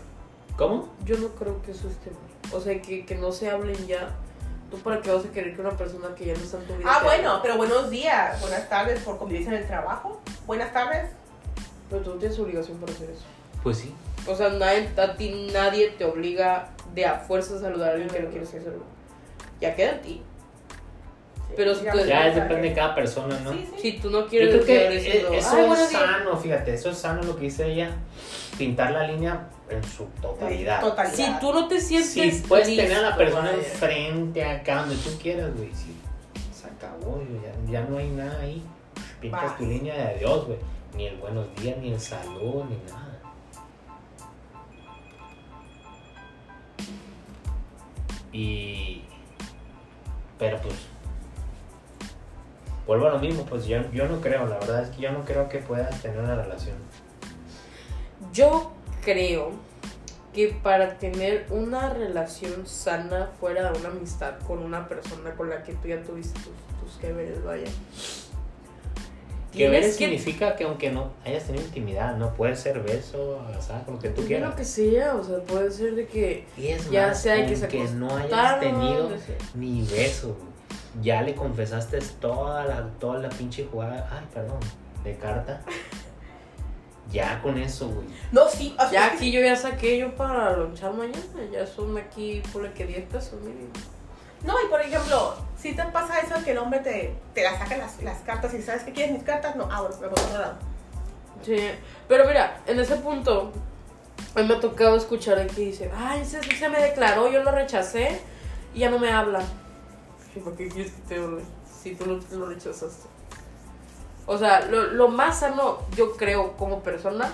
[SPEAKER 2] ¿Cómo?
[SPEAKER 1] Yo no creo que eso esté mal. O sea, que, que no se hablen ya. ¿Tú para qué vas a querer que una persona que ya no está en tu vida?
[SPEAKER 3] Ah,
[SPEAKER 1] te hable?
[SPEAKER 3] bueno, pero buenos días, buenas tardes por convivencia en el trabajo. Buenas tardes.
[SPEAKER 1] Pero tú no tienes obligación para hacer eso.
[SPEAKER 2] Pues sí.
[SPEAKER 1] O sea, nadie, a ti nadie te obliga de a fuerza a saludar a alguien que no quieres que salude. Ya queda en ti. Pero si tú-
[SPEAKER 2] Ya es depende de cada persona, ¿no?
[SPEAKER 3] Sí, sí.
[SPEAKER 1] Si tú no
[SPEAKER 2] Yo
[SPEAKER 1] quieres
[SPEAKER 2] creo que
[SPEAKER 1] llegar
[SPEAKER 2] e-
[SPEAKER 1] diciendo,
[SPEAKER 2] eso
[SPEAKER 1] "Ay,
[SPEAKER 2] es
[SPEAKER 1] buenos días".
[SPEAKER 2] sano, fíjate, eso es sano lo que dice ella, pintar la línea en su totalidad.
[SPEAKER 3] Totalidad.
[SPEAKER 1] Si tú no te sientes.
[SPEAKER 2] Si puedes
[SPEAKER 1] listo,
[SPEAKER 2] tener a la persona
[SPEAKER 1] vaya.
[SPEAKER 2] enfrente acá donde tú quieras, güey. sí, se acabó, güey, ya, ya no hay nada ahí. Pintas
[SPEAKER 3] Vas.
[SPEAKER 2] tu línea de adiós, güey. Ni el buenos días, ni el saludo, ni nada. Y. Pero pues. Vuelvo a lo mismo, pues yo, yo no creo, la verdad es que yo no creo que puedas tener una relación.
[SPEAKER 1] Yo creo que para tener una relación sana fuera de una amistad con una persona con la que tú ya tuviste tus, tus que veres, vaya.
[SPEAKER 2] Que ver
[SPEAKER 1] Tienes
[SPEAKER 2] significa que aunque no hayas tenido intimidad, no puede ser beso, abrazar, lo que tú quieras.
[SPEAKER 1] Lo que sea, o sea, puede ser de que
[SPEAKER 2] Y es
[SPEAKER 1] ya
[SPEAKER 2] más,
[SPEAKER 1] sea que se
[SPEAKER 2] aunque no hayas
[SPEAKER 1] acostaron,
[SPEAKER 2] tenido
[SPEAKER 1] de-
[SPEAKER 2] ni beso, güey. ya le confesaste toda la, toda la pinche jugada, ay, perdón, de carta. Ya con eso, güey.
[SPEAKER 3] No, sí. o sea,
[SPEAKER 1] Ya
[SPEAKER 3] es que-
[SPEAKER 1] aquí yo ya saqué yo para lonchar mañana. Ya son aquí por que 10 pesos mínimo.
[SPEAKER 3] No, y por ejemplo, si te pasa eso que el hombre te, te la saca las, las cartas y sabes que quieres mis cartas, no, ah, bueno, me voy a otro lado.
[SPEAKER 1] Sí, pero mira, en ese punto, a mí me ha tocado escuchar de que dice, ay, ese sí se me declaró, yo lo rechacé y ya no me habla. ¿Y por qué quieres que te hable si tú lo, lo rechazaste? O sea, lo, lo más sano, yo creo, como persona,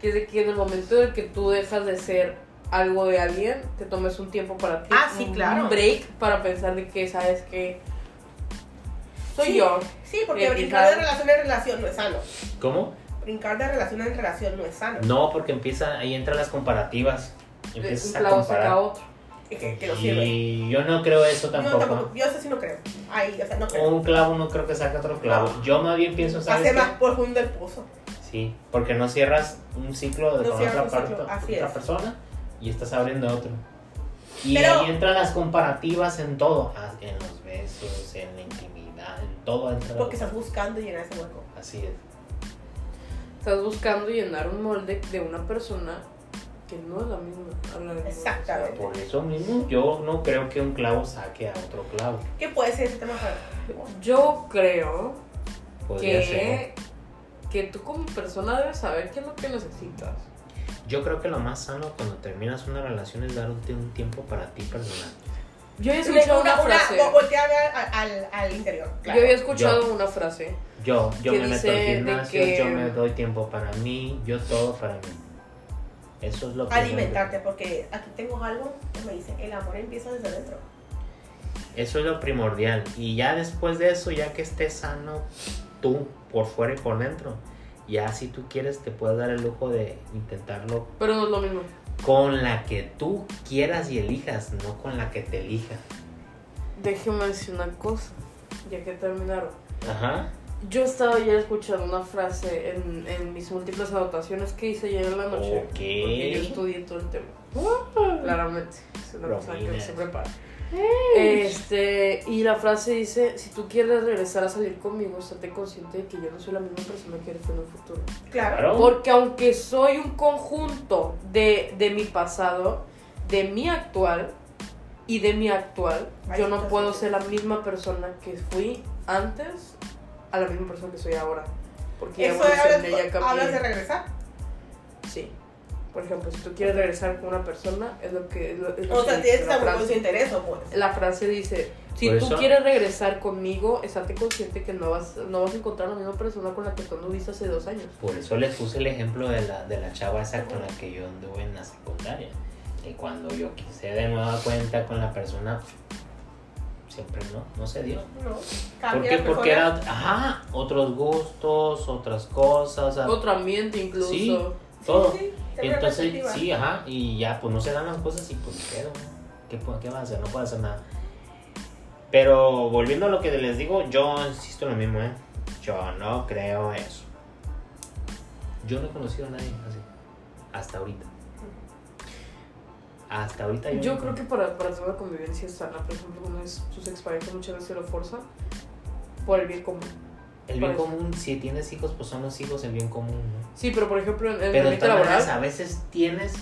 [SPEAKER 1] que es de que en el momento en el que tú dejas de ser algo de alguien, te tomes un tiempo para ti.
[SPEAKER 3] Ah, sí, claro.
[SPEAKER 1] Un break para pensar de que, ¿sabes que Soy
[SPEAKER 3] Sí.
[SPEAKER 1] yo.
[SPEAKER 3] Sí, porque
[SPEAKER 1] Bien,
[SPEAKER 3] brincar de
[SPEAKER 1] fijado.
[SPEAKER 3] relación en relación no es sano.
[SPEAKER 2] ¿Cómo?
[SPEAKER 3] Brincar de relación en relación no es sano.
[SPEAKER 2] No, porque empieza, ahí entran las comparativas.
[SPEAKER 1] Un
[SPEAKER 2] Empiezas a
[SPEAKER 1] clavo saca
[SPEAKER 2] comparar.
[SPEAKER 1] otro.
[SPEAKER 3] Es que, que no sirve.
[SPEAKER 2] Y yo no creo eso
[SPEAKER 3] Yo
[SPEAKER 2] tampoco.
[SPEAKER 3] tampoco, yo eso sí no creo. Ahí, o sea, no creo.
[SPEAKER 2] Un clavo no creo que saque otro clavo. Yo más bien
[SPEAKER 1] Ah,
[SPEAKER 2] pienso, Oh, ¿sabes?
[SPEAKER 3] Hace
[SPEAKER 2] qué?
[SPEAKER 3] más profundo el pozo.
[SPEAKER 2] Sí, porque no cierras un ciclo de
[SPEAKER 3] No
[SPEAKER 2] con
[SPEAKER 3] cierras
[SPEAKER 2] otra,
[SPEAKER 3] un
[SPEAKER 2] parte-
[SPEAKER 3] ciclo, así
[SPEAKER 2] otra
[SPEAKER 3] es.
[SPEAKER 2] persona y estás abriendo otro. Y
[SPEAKER 3] Pero-
[SPEAKER 2] ahí entran las comparativas en todo. Ah, En los besos, en la intimidad, en todo. entra la
[SPEAKER 3] Porque estás buscando llenar ese hueco.
[SPEAKER 2] comparativa. Así es.
[SPEAKER 1] Estás buscando llenar un molde de una persona que no es la misma. a la misma
[SPEAKER 3] Exactamente.
[SPEAKER 2] Por eso mismo yo no creo que un clavo saque a otro clavo.
[SPEAKER 3] ¿Qué puede ser ese tema para
[SPEAKER 1] persona. Yo creo
[SPEAKER 2] Podría ser.
[SPEAKER 1] que, que tú como persona debes saber qué es lo que necesitas.
[SPEAKER 2] Yo creo que lo más sano cuando terminas una relación es darte un tiempo para ti personal.
[SPEAKER 1] Yo he escuchado una, frase.
[SPEAKER 3] vo- voltea a ver al, al- al interior. claro.
[SPEAKER 1] Yo había escuchado una frase.
[SPEAKER 2] Yo, yo
[SPEAKER 1] Que
[SPEAKER 2] me meto
[SPEAKER 1] dice
[SPEAKER 2] al
[SPEAKER 1] de
[SPEAKER 2] gimnasio,
[SPEAKER 1] que-
[SPEAKER 2] yo me doy tiempo para mí, yo todo para mí. Eso es lo que... yo-
[SPEAKER 3] Alimentarte, porque aquí tengo algo que me dice, el amor empieza desde dentro.
[SPEAKER 2] eso es lo primordial. Y ya después de eso, ya que estés sano tú por fuera y por dentro, ya si tú quieres te puedes dar el lujo de intentarlo
[SPEAKER 1] Pero no es lo mismo.
[SPEAKER 2] con la que tú quieras y elijas, no con la que te elija.
[SPEAKER 1] Déjeme decir una cosa, ya que terminaron.
[SPEAKER 2] Ajá.
[SPEAKER 1] Yo estaba ya escuchando una frase en, en mis múltiples anotaciones que hice ayer en la noche.
[SPEAKER 2] Ok.
[SPEAKER 1] Porque yo estudié todo el tema. Claramente. Es una persona que
[SPEAKER 2] Bromines.
[SPEAKER 1] se prepara. Este, y la frase dice, si tú quieres regresar a salir conmigo, estate consciente de que yo no soy la misma persona que eres en el futuro.
[SPEAKER 3] Claro.
[SPEAKER 2] Claro.
[SPEAKER 1] Porque aunque soy un conjunto de, de mi pasado, de mi actual y de mi actual, yo no
[SPEAKER 3] Maldita
[SPEAKER 1] puedo
[SPEAKER 3] sea.
[SPEAKER 1] ser la misma persona que fui antes a la misma persona que soy ahora. Porque
[SPEAKER 3] Eso
[SPEAKER 1] ya evolucioné, ya
[SPEAKER 3] hablas,
[SPEAKER 1] cambié.
[SPEAKER 3] hablas de regresar.
[SPEAKER 1] Sí. Por ejemplo, si tú quieres regresar con una persona, es lo que... es lo- es lo
[SPEAKER 3] O
[SPEAKER 1] que
[SPEAKER 3] sea,
[SPEAKER 1] dice
[SPEAKER 3] tienes que
[SPEAKER 1] la
[SPEAKER 3] estar muy
[SPEAKER 1] frase.
[SPEAKER 3] consciente de eso, pues.
[SPEAKER 1] La frase dice, si
[SPEAKER 2] Por
[SPEAKER 1] tú
[SPEAKER 2] eso-
[SPEAKER 1] quieres regresar conmigo, estate consciente que no vas, no vas a encontrar la misma persona con la que tú anduviste hace dos años.
[SPEAKER 2] Por eso les puse el ejemplo de la, de la chava esa con la que yo anduve en la secundaria. Y cuando yo quise de nueva cuenta con la persona, siempre no, no se dio.
[SPEAKER 3] No.
[SPEAKER 2] ¿Por
[SPEAKER 3] Cambia
[SPEAKER 2] qué?
[SPEAKER 3] la
[SPEAKER 2] Porque
[SPEAKER 3] persona.
[SPEAKER 2] era, ajá, otros gustos, otras cosas, o sea,
[SPEAKER 1] Otro ambiente incluso.
[SPEAKER 2] Ah. Sí.
[SPEAKER 3] Sí,
[SPEAKER 2] todo.
[SPEAKER 3] sí,
[SPEAKER 2] Y
[SPEAKER 3] siempre
[SPEAKER 2] entonces,
[SPEAKER 3] perspectiva.
[SPEAKER 2] sí, ajá, y ya, pues no se dan las cosas y pues quedo. ¿Qué, pu- qué van a hacer? No puedo hacer nada. Pero volviendo a lo que les digo, yo insisto en lo mismo, ¿eh? Yo no creo eso. Yo no he conocido a nadie así. Hasta ahorita. Hasta ahorita yo.
[SPEAKER 1] Yo
[SPEAKER 2] no-
[SPEAKER 1] creo que para, para hacer una convivencia sana, por ejemplo, uno de sus exparejas muchas veces lo forza por el bien común.
[SPEAKER 2] El bien común, si tienes hijos, pues son los hijos el bien común, ¿no?
[SPEAKER 1] Sí, pero por ejemplo en en el
[SPEAKER 2] Pero de
[SPEAKER 1] ambiente
[SPEAKER 2] todas
[SPEAKER 1] laboral.
[SPEAKER 2] maneras, a veces tienes,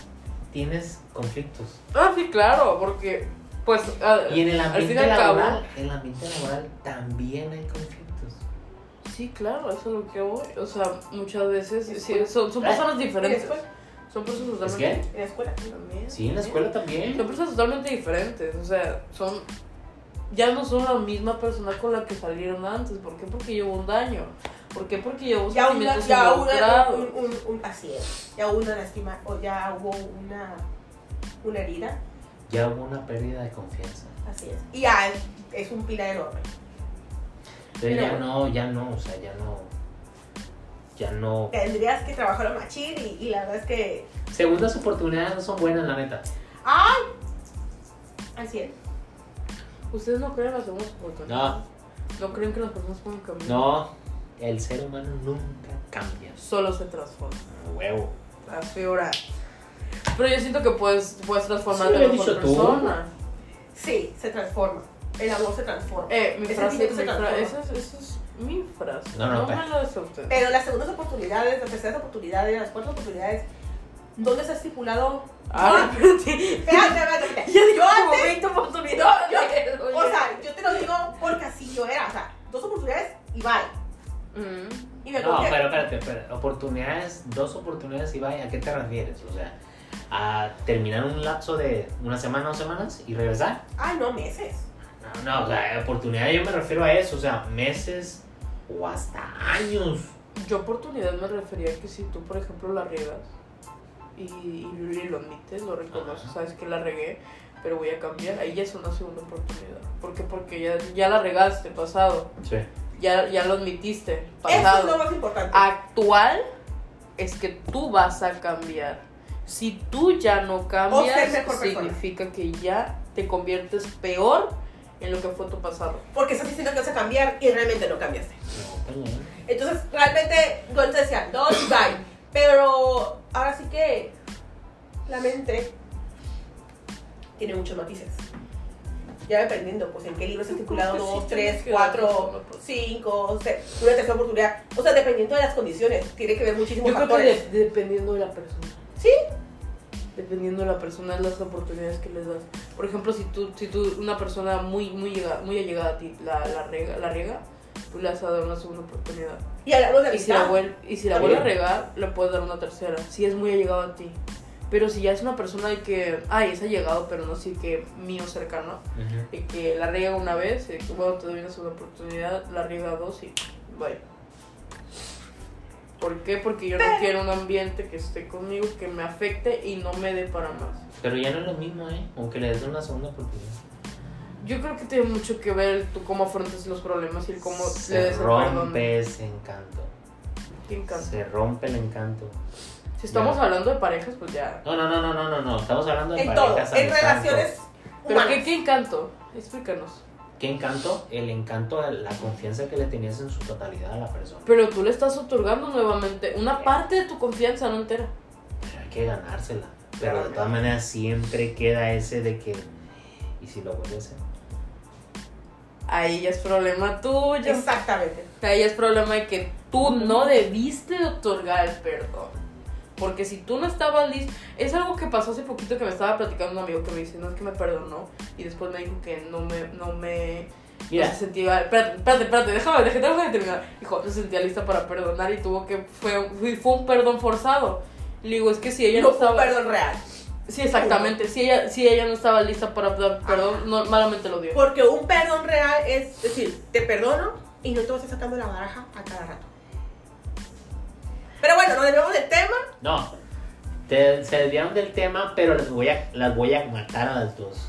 [SPEAKER 2] tienes conflictos.
[SPEAKER 1] Ah, sí, claro, porque pues a-
[SPEAKER 2] Y en el
[SPEAKER 1] al
[SPEAKER 2] ambiente
[SPEAKER 1] fin y al cabo.
[SPEAKER 2] laboral, en el ambiente laboral también hay conflictos.
[SPEAKER 1] Sí, claro, eso es lo que voy. O sea, muchas veces sí,
[SPEAKER 3] Escuela.
[SPEAKER 1] son, son
[SPEAKER 2] Eh.
[SPEAKER 1] personas
[SPEAKER 3] En la
[SPEAKER 1] diferentes.
[SPEAKER 3] escuela.
[SPEAKER 1] Son personas
[SPEAKER 2] ¿Es
[SPEAKER 1] totalmente
[SPEAKER 2] que?
[SPEAKER 3] En la escuela.
[SPEAKER 1] También,
[SPEAKER 2] Sí, en la escuela también.
[SPEAKER 1] Son personas totalmente diferentes, o sea, son ya no son la misma persona con la que salieron antes. ¿Por qué? Porque llevo un daño. ¿Por qué? Porque llevo
[SPEAKER 3] Ya una,
[SPEAKER 1] sentimientos
[SPEAKER 3] ya una,
[SPEAKER 1] involucrados.
[SPEAKER 3] un, un, un- así es. Ya hubo una lástima, o ya hubo una, una herida,
[SPEAKER 2] Ya hubo una pérdida de confianza.
[SPEAKER 3] así es. Y ya es, es un pila enorme.
[SPEAKER 2] Entonces
[SPEAKER 3] Pero-
[SPEAKER 2] ya no, ya no, o sea, ya no. Ya no.
[SPEAKER 3] Tendrías que trabajar más machín y, y la verdad es que,
[SPEAKER 2] Segundas oportunidades no son buenas, la neta.
[SPEAKER 3] ¡ay! Así es.
[SPEAKER 1] ¿Ustedes no creen en las segundas oportunidades?
[SPEAKER 2] No.
[SPEAKER 1] ¿No creen que las personas pueden cambiar?
[SPEAKER 2] No, el ser humano nunca cambia.
[SPEAKER 1] Solo se transforma.
[SPEAKER 2] Huevo.
[SPEAKER 1] Así ahora. Pero yo siento que puedes, puedes
[SPEAKER 2] Sí,
[SPEAKER 1] transformarte
[SPEAKER 2] lo
[SPEAKER 1] en
[SPEAKER 2] he
[SPEAKER 1] mejor
[SPEAKER 2] dicho tú.
[SPEAKER 1] persona.
[SPEAKER 3] Sí, se transforma. el amor se transforma.
[SPEAKER 1] Eh, mi
[SPEAKER 3] Ese
[SPEAKER 1] frase,
[SPEAKER 3] sentimiento se
[SPEAKER 1] mi fra-
[SPEAKER 3] transforma. Eh,
[SPEAKER 1] esa es, esa es mi frase.
[SPEAKER 2] No,
[SPEAKER 1] No,
[SPEAKER 2] no, pa-
[SPEAKER 1] me lo desorten.
[SPEAKER 3] Pero las segundas oportunidades, las terceras oportunidades, las cuartas oportunidades, ¿dónde está estipulado?
[SPEAKER 1] Ah,
[SPEAKER 3] Yo-
[SPEAKER 1] pero sí.
[SPEAKER 3] espérate, espérate, espérate.
[SPEAKER 1] Ya digo
[SPEAKER 3] Yo
[SPEAKER 1] como
[SPEAKER 3] antes,
[SPEAKER 1] 20 oportunidades.
[SPEAKER 3] yo- o sea, yo te lo digo porque así yo era, o sea, dos oportunidades y bye.
[SPEAKER 1] Mm.
[SPEAKER 3] Y me
[SPEAKER 2] No,
[SPEAKER 3] acuerdo que-
[SPEAKER 2] pero espérate, espérate. Oportunidades, dos oportunidades y vaya, ¿a qué te refieres? O sea, a terminar un lapso de una semana, dos semanas y regresar.
[SPEAKER 3] Ay, no, meses.
[SPEAKER 2] No, no, o sea, oportunidad yo me refiero a eso, o sea, meses o hasta años.
[SPEAKER 1] Yo oportunidad me refería a que si tú, por ejemplo, la riegas y, y lo admites, lo reconoces,
[SPEAKER 2] Ajá.
[SPEAKER 1] sabes que la regué, pero voy a cambiar, ahí ya es una segunda oportunidad. ¿Por qué? Porque ya, ya la regaste, pasado,
[SPEAKER 2] Sí.
[SPEAKER 1] ya, ya lo admitiste,
[SPEAKER 3] Eso es
[SPEAKER 1] pasado.
[SPEAKER 3] lo más importante.
[SPEAKER 2] Ah,
[SPEAKER 1] Actual es que tú vas a cambiar. Si tú ya no
[SPEAKER 3] O ser
[SPEAKER 1] cambias,
[SPEAKER 3] mejor persona.
[SPEAKER 1] significa que ya te conviertes peor en lo que fue tu pasado.
[SPEAKER 3] Porque estás diciendo que vas a cambiar y realmente no cambiaste.
[SPEAKER 2] No, perdón.
[SPEAKER 3] Entonces, realmente, yo te decía, no, y bye. Pero ahora sí que la mente tiene muchos matices. Ya dependiendo, pues en qué libro se ha estipulado
[SPEAKER 1] Como que sí
[SPEAKER 3] 2,
[SPEAKER 1] tienes
[SPEAKER 3] 3,
[SPEAKER 1] que darle una
[SPEAKER 3] 4,
[SPEAKER 1] oportunidad.
[SPEAKER 3] 5, una tercera oportunidad. O sea, dependiendo de las condiciones, tiene que ver muchísimos
[SPEAKER 1] Yo creo que
[SPEAKER 3] factores.
[SPEAKER 1] de- dependiendo de la persona.
[SPEAKER 3] Sí.
[SPEAKER 1] Dependiendo de la persona, las oportunidades que les das. Por ejemplo, si tú, si tú una persona muy, muy, llega- muy allegada a ti la, la, rega, la riega, tú le vas a dar una segunda oportunidad.
[SPEAKER 3] Y hablamos de
[SPEAKER 1] Y si la,
[SPEAKER 3] amistad.
[SPEAKER 1] vuel- y si la vuelve a regar, le puedes dar una tercera. Si es muy allegado a ti. Pero si ya es una persona de que, ay, es allegado, pero no sé qué mío cercano,
[SPEAKER 2] Ujú.
[SPEAKER 1] de que la riega una vez, y que, bueno, te doy una segunda oportunidad, la riega dos y bye. ¿Por qué? Porque yo no quiero un ambiente que esté conmigo, que me afecte y no me dé para más.
[SPEAKER 2] Pero ya no es lo mismo, ¿eh? Aunque le des una segunda oportunidad.
[SPEAKER 1] Yo creo que tiene mucho que ver tú cómo afrontas los problemas y el cómo le
[SPEAKER 2] se
[SPEAKER 1] des el perdón.
[SPEAKER 2] rompe ese encanto.
[SPEAKER 1] Te encanta.
[SPEAKER 2] Se rompe el encanto.
[SPEAKER 1] Si estamos
[SPEAKER 2] Ya.
[SPEAKER 1] hablando de parejas, pues ya.
[SPEAKER 2] No, no, no, no, no, no, no. Estamos hablando de
[SPEAKER 3] en todo,
[SPEAKER 2] parejas.
[SPEAKER 3] en
[SPEAKER 2] amistad,
[SPEAKER 3] relaciones
[SPEAKER 1] ¿Pero
[SPEAKER 3] humanas.
[SPEAKER 1] qué, qué encanto? Explícanos.
[SPEAKER 2] ¿Qué encanto? El encanto, la confianza que le tenías en su totalidad a la persona.
[SPEAKER 1] Pero tú le estás otorgando nuevamente una parte de tu confianza, no entera.
[SPEAKER 2] Pero hay que ganársela. Pero de todas maneras siempre queda ese de que... ¿Y si lo vuelve a hacer?
[SPEAKER 1] Ahí ya es problema tuyo.
[SPEAKER 3] Exactamente.
[SPEAKER 1] Ahí es problema de que tú no debiste de otorgar el perdón. Porque si tú no estabas listo, es algo que pasó hace poquito que me estaba platicando un amigo que me dice, no es que me perdonó. Y después me dijo que no me, no me, no
[SPEAKER 2] Mira,
[SPEAKER 1] se sentía, espérate, espérate, espérate, déjame, déjame, déjame terminar. Dijo, no se sentía lista para perdonar y tuvo que, fue, fue- fue un perdón forzado. Le digo, es que si ella no,
[SPEAKER 3] No fue un
[SPEAKER 1] estaba...
[SPEAKER 3] perdón real.
[SPEAKER 1] Sí, exactamente. Si ella, si ella no estaba lista para dar perdón, no, malamente lo dio.
[SPEAKER 3] Porque un perdón real es decir, te perdono y no te vas a sacando la baraja a cada rato. Pero bueno, nos debemos del tema.
[SPEAKER 2] no. Te- se desviaron del tema, pero las voy a, las voy a matar a las dos.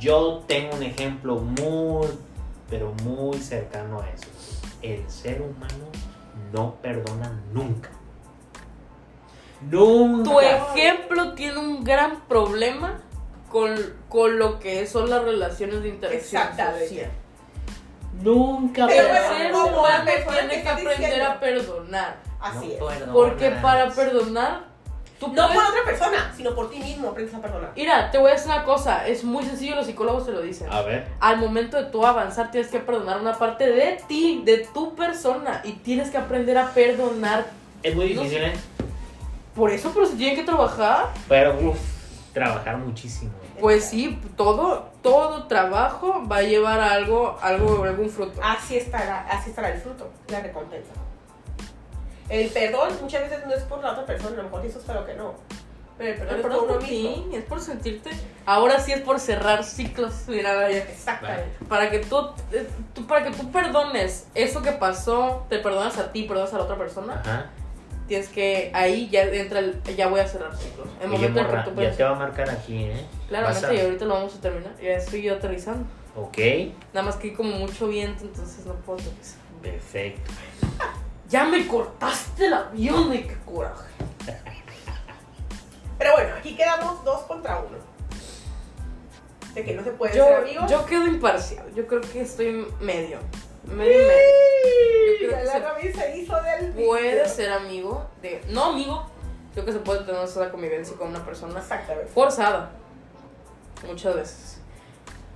[SPEAKER 2] Yo tengo un ejemplo muy, pero muy cercano a eso. El ser humano no perdona nunca. Nunca.
[SPEAKER 1] Tu ejemplo tiene un gran problema con, con lo que son las relaciones de interacción
[SPEAKER 3] Exactamente.
[SPEAKER 1] social.
[SPEAKER 2] Nunca
[SPEAKER 1] El
[SPEAKER 3] Pero
[SPEAKER 2] perdona.
[SPEAKER 3] bueno,
[SPEAKER 1] ser
[SPEAKER 3] ¿cómo
[SPEAKER 1] humano
[SPEAKER 3] una persona
[SPEAKER 1] tiene
[SPEAKER 3] que
[SPEAKER 1] que
[SPEAKER 3] está
[SPEAKER 1] aprender
[SPEAKER 3] diciendo?
[SPEAKER 1] a perdonar.
[SPEAKER 3] Así
[SPEAKER 2] No
[SPEAKER 3] es.
[SPEAKER 2] perdonas.
[SPEAKER 1] Porque para perdonar, tú
[SPEAKER 3] No
[SPEAKER 1] puedes-
[SPEAKER 3] por otra persona, sino por ti mismo aprendes a perdonar.
[SPEAKER 1] Mira, te voy a decir una cosa, es muy sencillo, los psicólogos te lo dicen.
[SPEAKER 2] A ver.
[SPEAKER 1] Al momento de tú avanzar tienes que perdonar una parte de ti, de tu persona, y tienes que aprender a perdonar.
[SPEAKER 2] Es muy difícil, ¿eh?
[SPEAKER 1] Por eso, pero se tiene que trabajar.
[SPEAKER 2] Pero, uff, trabajar muchísimo.
[SPEAKER 1] Pues sí, todo, todo trabajo va a llevar a algo, algo, algún fruto.
[SPEAKER 3] Así estará, así estará el fruto, la recompensa. El perdón muchas veces no es por la otra persona, a lo mejor dices pero que no. Pero el perdón
[SPEAKER 1] Pero
[SPEAKER 3] es
[SPEAKER 1] perdón
[SPEAKER 3] por uno
[SPEAKER 1] por
[SPEAKER 3] mismo.
[SPEAKER 1] ti, es por sentirte. Ahora sí es por cerrar ciclos. Mira, vaya.
[SPEAKER 3] Exactamente.
[SPEAKER 1] Para que tú, eh, tú- para que tú perdones eso que pasó, te perdonas a ti, perdonas a la otra persona.
[SPEAKER 2] Ajá.
[SPEAKER 1] Tienes que ahí ya entra el, ya voy a cerrar ciclos. El
[SPEAKER 2] Oye,
[SPEAKER 1] momento en que
[SPEAKER 2] morra,
[SPEAKER 1] tú
[SPEAKER 2] ya
[SPEAKER 1] puedes.
[SPEAKER 2] te va a marcar aquí, ¿eh?
[SPEAKER 1] Claramente,
[SPEAKER 2] Vas a-
[SPEAKER 1] y ahorita lo vamos a terminar. Ya estoy yo aterrizando.
[SPEAKER 2] Ok,
[SPEAKER 1] Nada más que hay como mucho viento, entonces no puedo aterrizar.
[SPEAKER 2] perfecto.
[SPEAKER 1] Ya me cortaste el avión, y qué coraje.
[SPEAKER 3] Pero bueno, aquí quedamos dos contra uno. De que no se puede
[SPEAKER 1] Yo,
[SPEAKER 3] ser amigos.
[SPEAKER 1] yo quedo imparcial. Yo creo que estoy medio. Medio y medio. Yo creo
[SPEAKER 3] Ya
[SPEAKER 1] que
[SPEAKER 3] la
[SPEAKER 1] se-
[SPEAKER 3] Gaby se hizo del
[SPEAKER 1] Puede
[SPEAKER 3] video.
[SPEAKER 1] ser amigo de. No amigo. Creo que se puede tener una convivencia con una persona
[SPEAKER 3] Exactamente.
[SPEAKER 1] forzada. Muchas veces.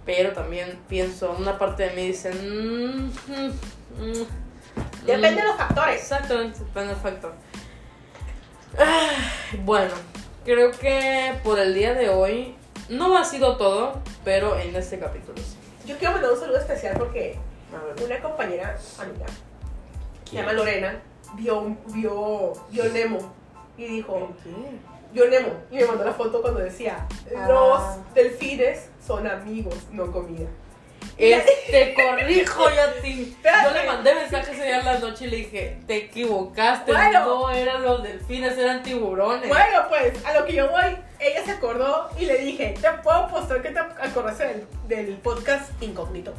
[SPEAKER 1] Pero también pienso, una parte de mí dice. "Mm, mm, mm, mm".
[SPEAKER 3] Depende de los factores.
[SPEAKER 1] Exactamente, depende del factor. Ah, Bueno, creo que por el día de hoy no ha sido todo, pero en este capítulo sí.
[SPEAKER 3] Yo quiero mandar un saludo especial porque
[SPEAKER 1] A ver.
[SPEAKER 3] una compañera amiga, se llama Lorena, vio, un- vio, vio Nemo y dijo, vio Nemo. Y me mandó la foto cuando decía, los
[SPEAKER 1] Ah.
[SPEAKER 3] delfines son amigos, no comida.
[SPEAKER 1] Este corrijo yo a ti. Yo
[SPEAKER 3] Espérate.
[SPEAKER 1] le mandé mensajes ayer en la noche y le dije, te equivocaste,
[SPEAKER 3] Bueno.
[SPEAKER 1] no eran los delfines, eran tiburones.
[SPEAKER 3] Bueno, pues a lo que yo voy, ella se acordó y le dije, te puedo apostar que te acordaste del, del podcast incógnito.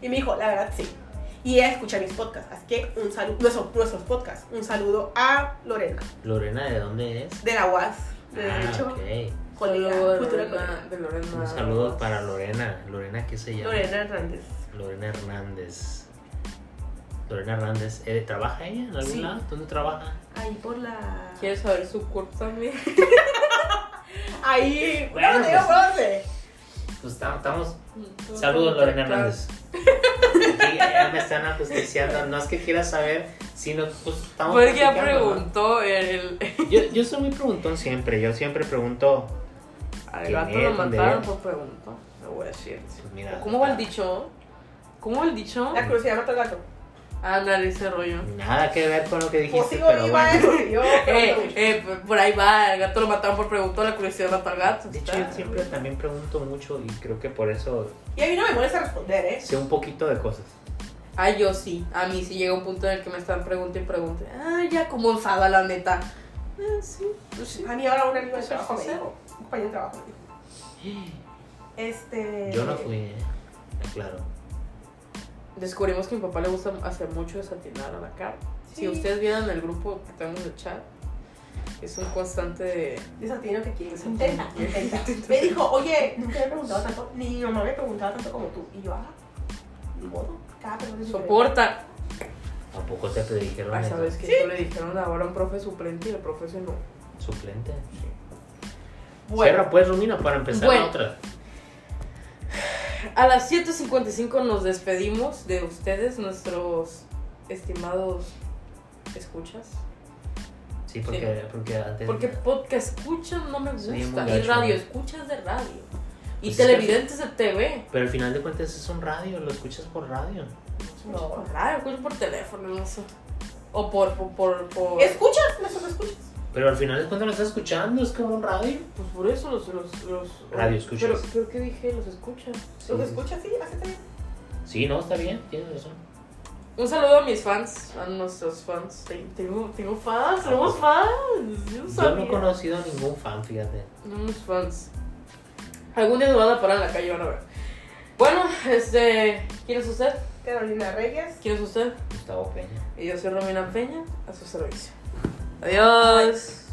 [SPEAKER 3] Y me dijo, la verdad sí. Y ella escucha mis podcasts, así que un saludo, nuestros, nuestros podcasts, un saludo a Lorena,
[SPEAKER 2] Lorena, ¿de dónde es?
[SPEAKER 3] de la UAS, de Derecho,
[SPEAKER 2] Ah, ok.
[SPEAKER 3] colega,
[SPEAKER 1] Saludo de
[SPEAKER 3] futura
[SPEAKER 1] Lorena,
[SPEAKER 3] colega.
[SPEAKER 1] de Lorena.
[SPEAKER 2] Un saludo para Lorena. Lorena, ¿qué se llama?
[SPEAKER 3] Lorena Hernández.
[SPEAKER 2] Lorena Hernández. Lorena Hernández, ¿eh, ¿trabaja ella en algún
[SPEAKER 3] Sí.
[SPEAKER 2] lado? ¿Dónde trabaja?
[SPEAKER 3] Ahí por la...
[SPEAKER 1] ¿Quieres saber su curso también?
[SPEAKER 3] Ahí,
[SPEAKER 2] Bueno,
[SPEAKER 3] no, digo,
[SPEAKER 2] pues.
[SPEAKER 3] ¿por dónde?
[SPEAKER 2] Pues tam- estamos. Saludos, Lorena Hernández. Sí, ya me están ajusticiando. No es que quiera saber, sino pues estamos.
[SPEAKER 1] Porque ya
[SPEAKER 2] platicando, ¿no?
[SPEAKER 1] preguntó el. el-
[SPEAKER 2] Yo, yo soy muy preguntón siempre. Yo siempre pregunto.
[SPEAKER 1] Al
[SPEAKER 2] ¿Quién
[SPEAKER 1] gato
[SPEAKER 2] es?
[SPEAKER 1] lo
[SPEAKER 2] ¿Dónde
[SPEAKER 1] mataron
[SPEAKER 2] es?
[SPEAKER 1] por preguntar. No voy a decir.
[SPEAKER 2] Pues mira.
[SPEAKER 1] ¿Cómo va el dicho? ¿Cómo va el dicho?
[SPEAKER 3] La curiosidad mata al gato.
[SPEAKER 1] Ah, nariz ese rollo.
[SPEAKER 2] Nada que ver con lo que dijiste,
[SPEAKER 3] Pues sigo
[SPEAKER 2] pero
[SPEAKER 3] viva,
[SPEAKER 2] bueno.
[SPEAKER 3] eso que yo...
[SPEAKER 1] Eh, eh, por ahí va, el gato lo mataron por preguntar, la curiosidad Ah. mató al gato.
[SPEAKER 2] De hecho,
[SPEAKER 1] está.
[SPEAKER 2] yo siempre también pregunto mucho y creo que por eso
[SPEAKER 3] Y a mí no me molesta responder, ¿eh?
[SPEAKER 2] sé un poquito de cosas.
[SPEAKER 1] Ah, yo sí. A mí sí llega un punto en el que me están preguntando y preguntando. Ah, ya como enfada, la neta. Ah, sí, pues sí.
[SPEAKER 3] A mí ahora un amigo de trabajo me dijo, un compañero de trabajo me dijo. Este...
[SPEAKER 2] Yo no fui, ¿eh? Claro.
[SPEAKER 1] Descubrimos que a mi papá le gusta hacer mucho desatinar a la cara.
[SPEAKER 3] Sí.
[SPEAKER 1] Si ustedes vieran el grupo que tenemos de chat, es un constante de...
[SPEAKER 3] Desatino que quieres.
[SPEAKER 1] Intenta,
[SPEAKER 3] Intenta, intenta. Me dijo, oye, nunca me he preguntado tanto, ni mi mamá me preguntaba tanto como tú. Y yo, ah, ni modo, cada persona es diferente.
[SPEAKER 1] Soporta.
[SPEAKER 2] ¿A poco te predijeron
[SPEAKER 1] Ah,
[SPEAKER 2] eso?
[SPEAKER 1] ¿sabes que le dijeron ahora a un profe suplente y el profe se no.
[SPEAKER 2] Suplente.
[SPEAKER 3] Bueno,
[SPEAKER 2] Cierra pues, Romina, para empezar
[SPEAKER 1] Bueno.
[SPEAKER 2] la otra.
[SPEAKER 1] A las 7.55 nos despedimos de ustedes, nuestros estimados escuchas.
[SPEAKER 2] Sí, porque, porque antes.
[SPEAKER 1] Porque podcast escuchas no me
[SPEAKER 2] Sí,
[SPEAKER 1] gusta.
[SPEAKER 2] muy
[SPEAKER 1] y
[SPEAKER 2] gacho,
[SPEAKER 1] radio
[SPEAKER 2] ¿no?
[SPEAKER 1] escuchas de radio. Y
[SPEAKER 2] Pues es
[SPEAKER 1] televidentes de TV.
[SPEAKER 2] Pero al final de cuentas es un radio, lo escuchas por radio.
[SPEAKER 1] Escucho por radio, escucho por teléfono, no sé. O por, por, por, por-
[SPEAKER 3] ¿escuchas? ¿Me solo escuchas?
[SPEAKER 2] Pero al final de cuentas lo estás escuchando, es como un radio.
[SPEAKER 1] Pues por eso los, los, los-
[SPEAKER 2] Radio escuchas.
[SPEAKER 1] Pero, pero ¿qué dije? Los escuchas.
[SPEAKER 2] Sí,
[SPEAKER 3] ¿Lo que
[SPEAKER 2] sí.
[SPEAKER 3] escuchas? Sí, hacete bien.
[SPEAKER 2] Sí, no, está bien, tienes razón.
[SPEAKER 1] Un saludo a mis fans, a nuestros fans. Te- Tengo, tengo fans, tenemos fans. Yo, no
[SPEAKER 2] Ah, pues, Yo no
[SPEAKER 1] sabía.
[SPEAKER 2] he conocido a ningún fan, fíjate.
[SPEAKER 1] Unos fans. Algún día nos van a parar en la calle, van a ver. Bueno, este. ¿Quién es usted?
[SPEAKER 3] Carolina Reyes.
[SPEAKER 1] ¿Quién es usted?
[SPEAKER 2] Gustavo Peña.
[SPEAKER 1] Y yo soy Romina Peña, a su servicio. Adiós.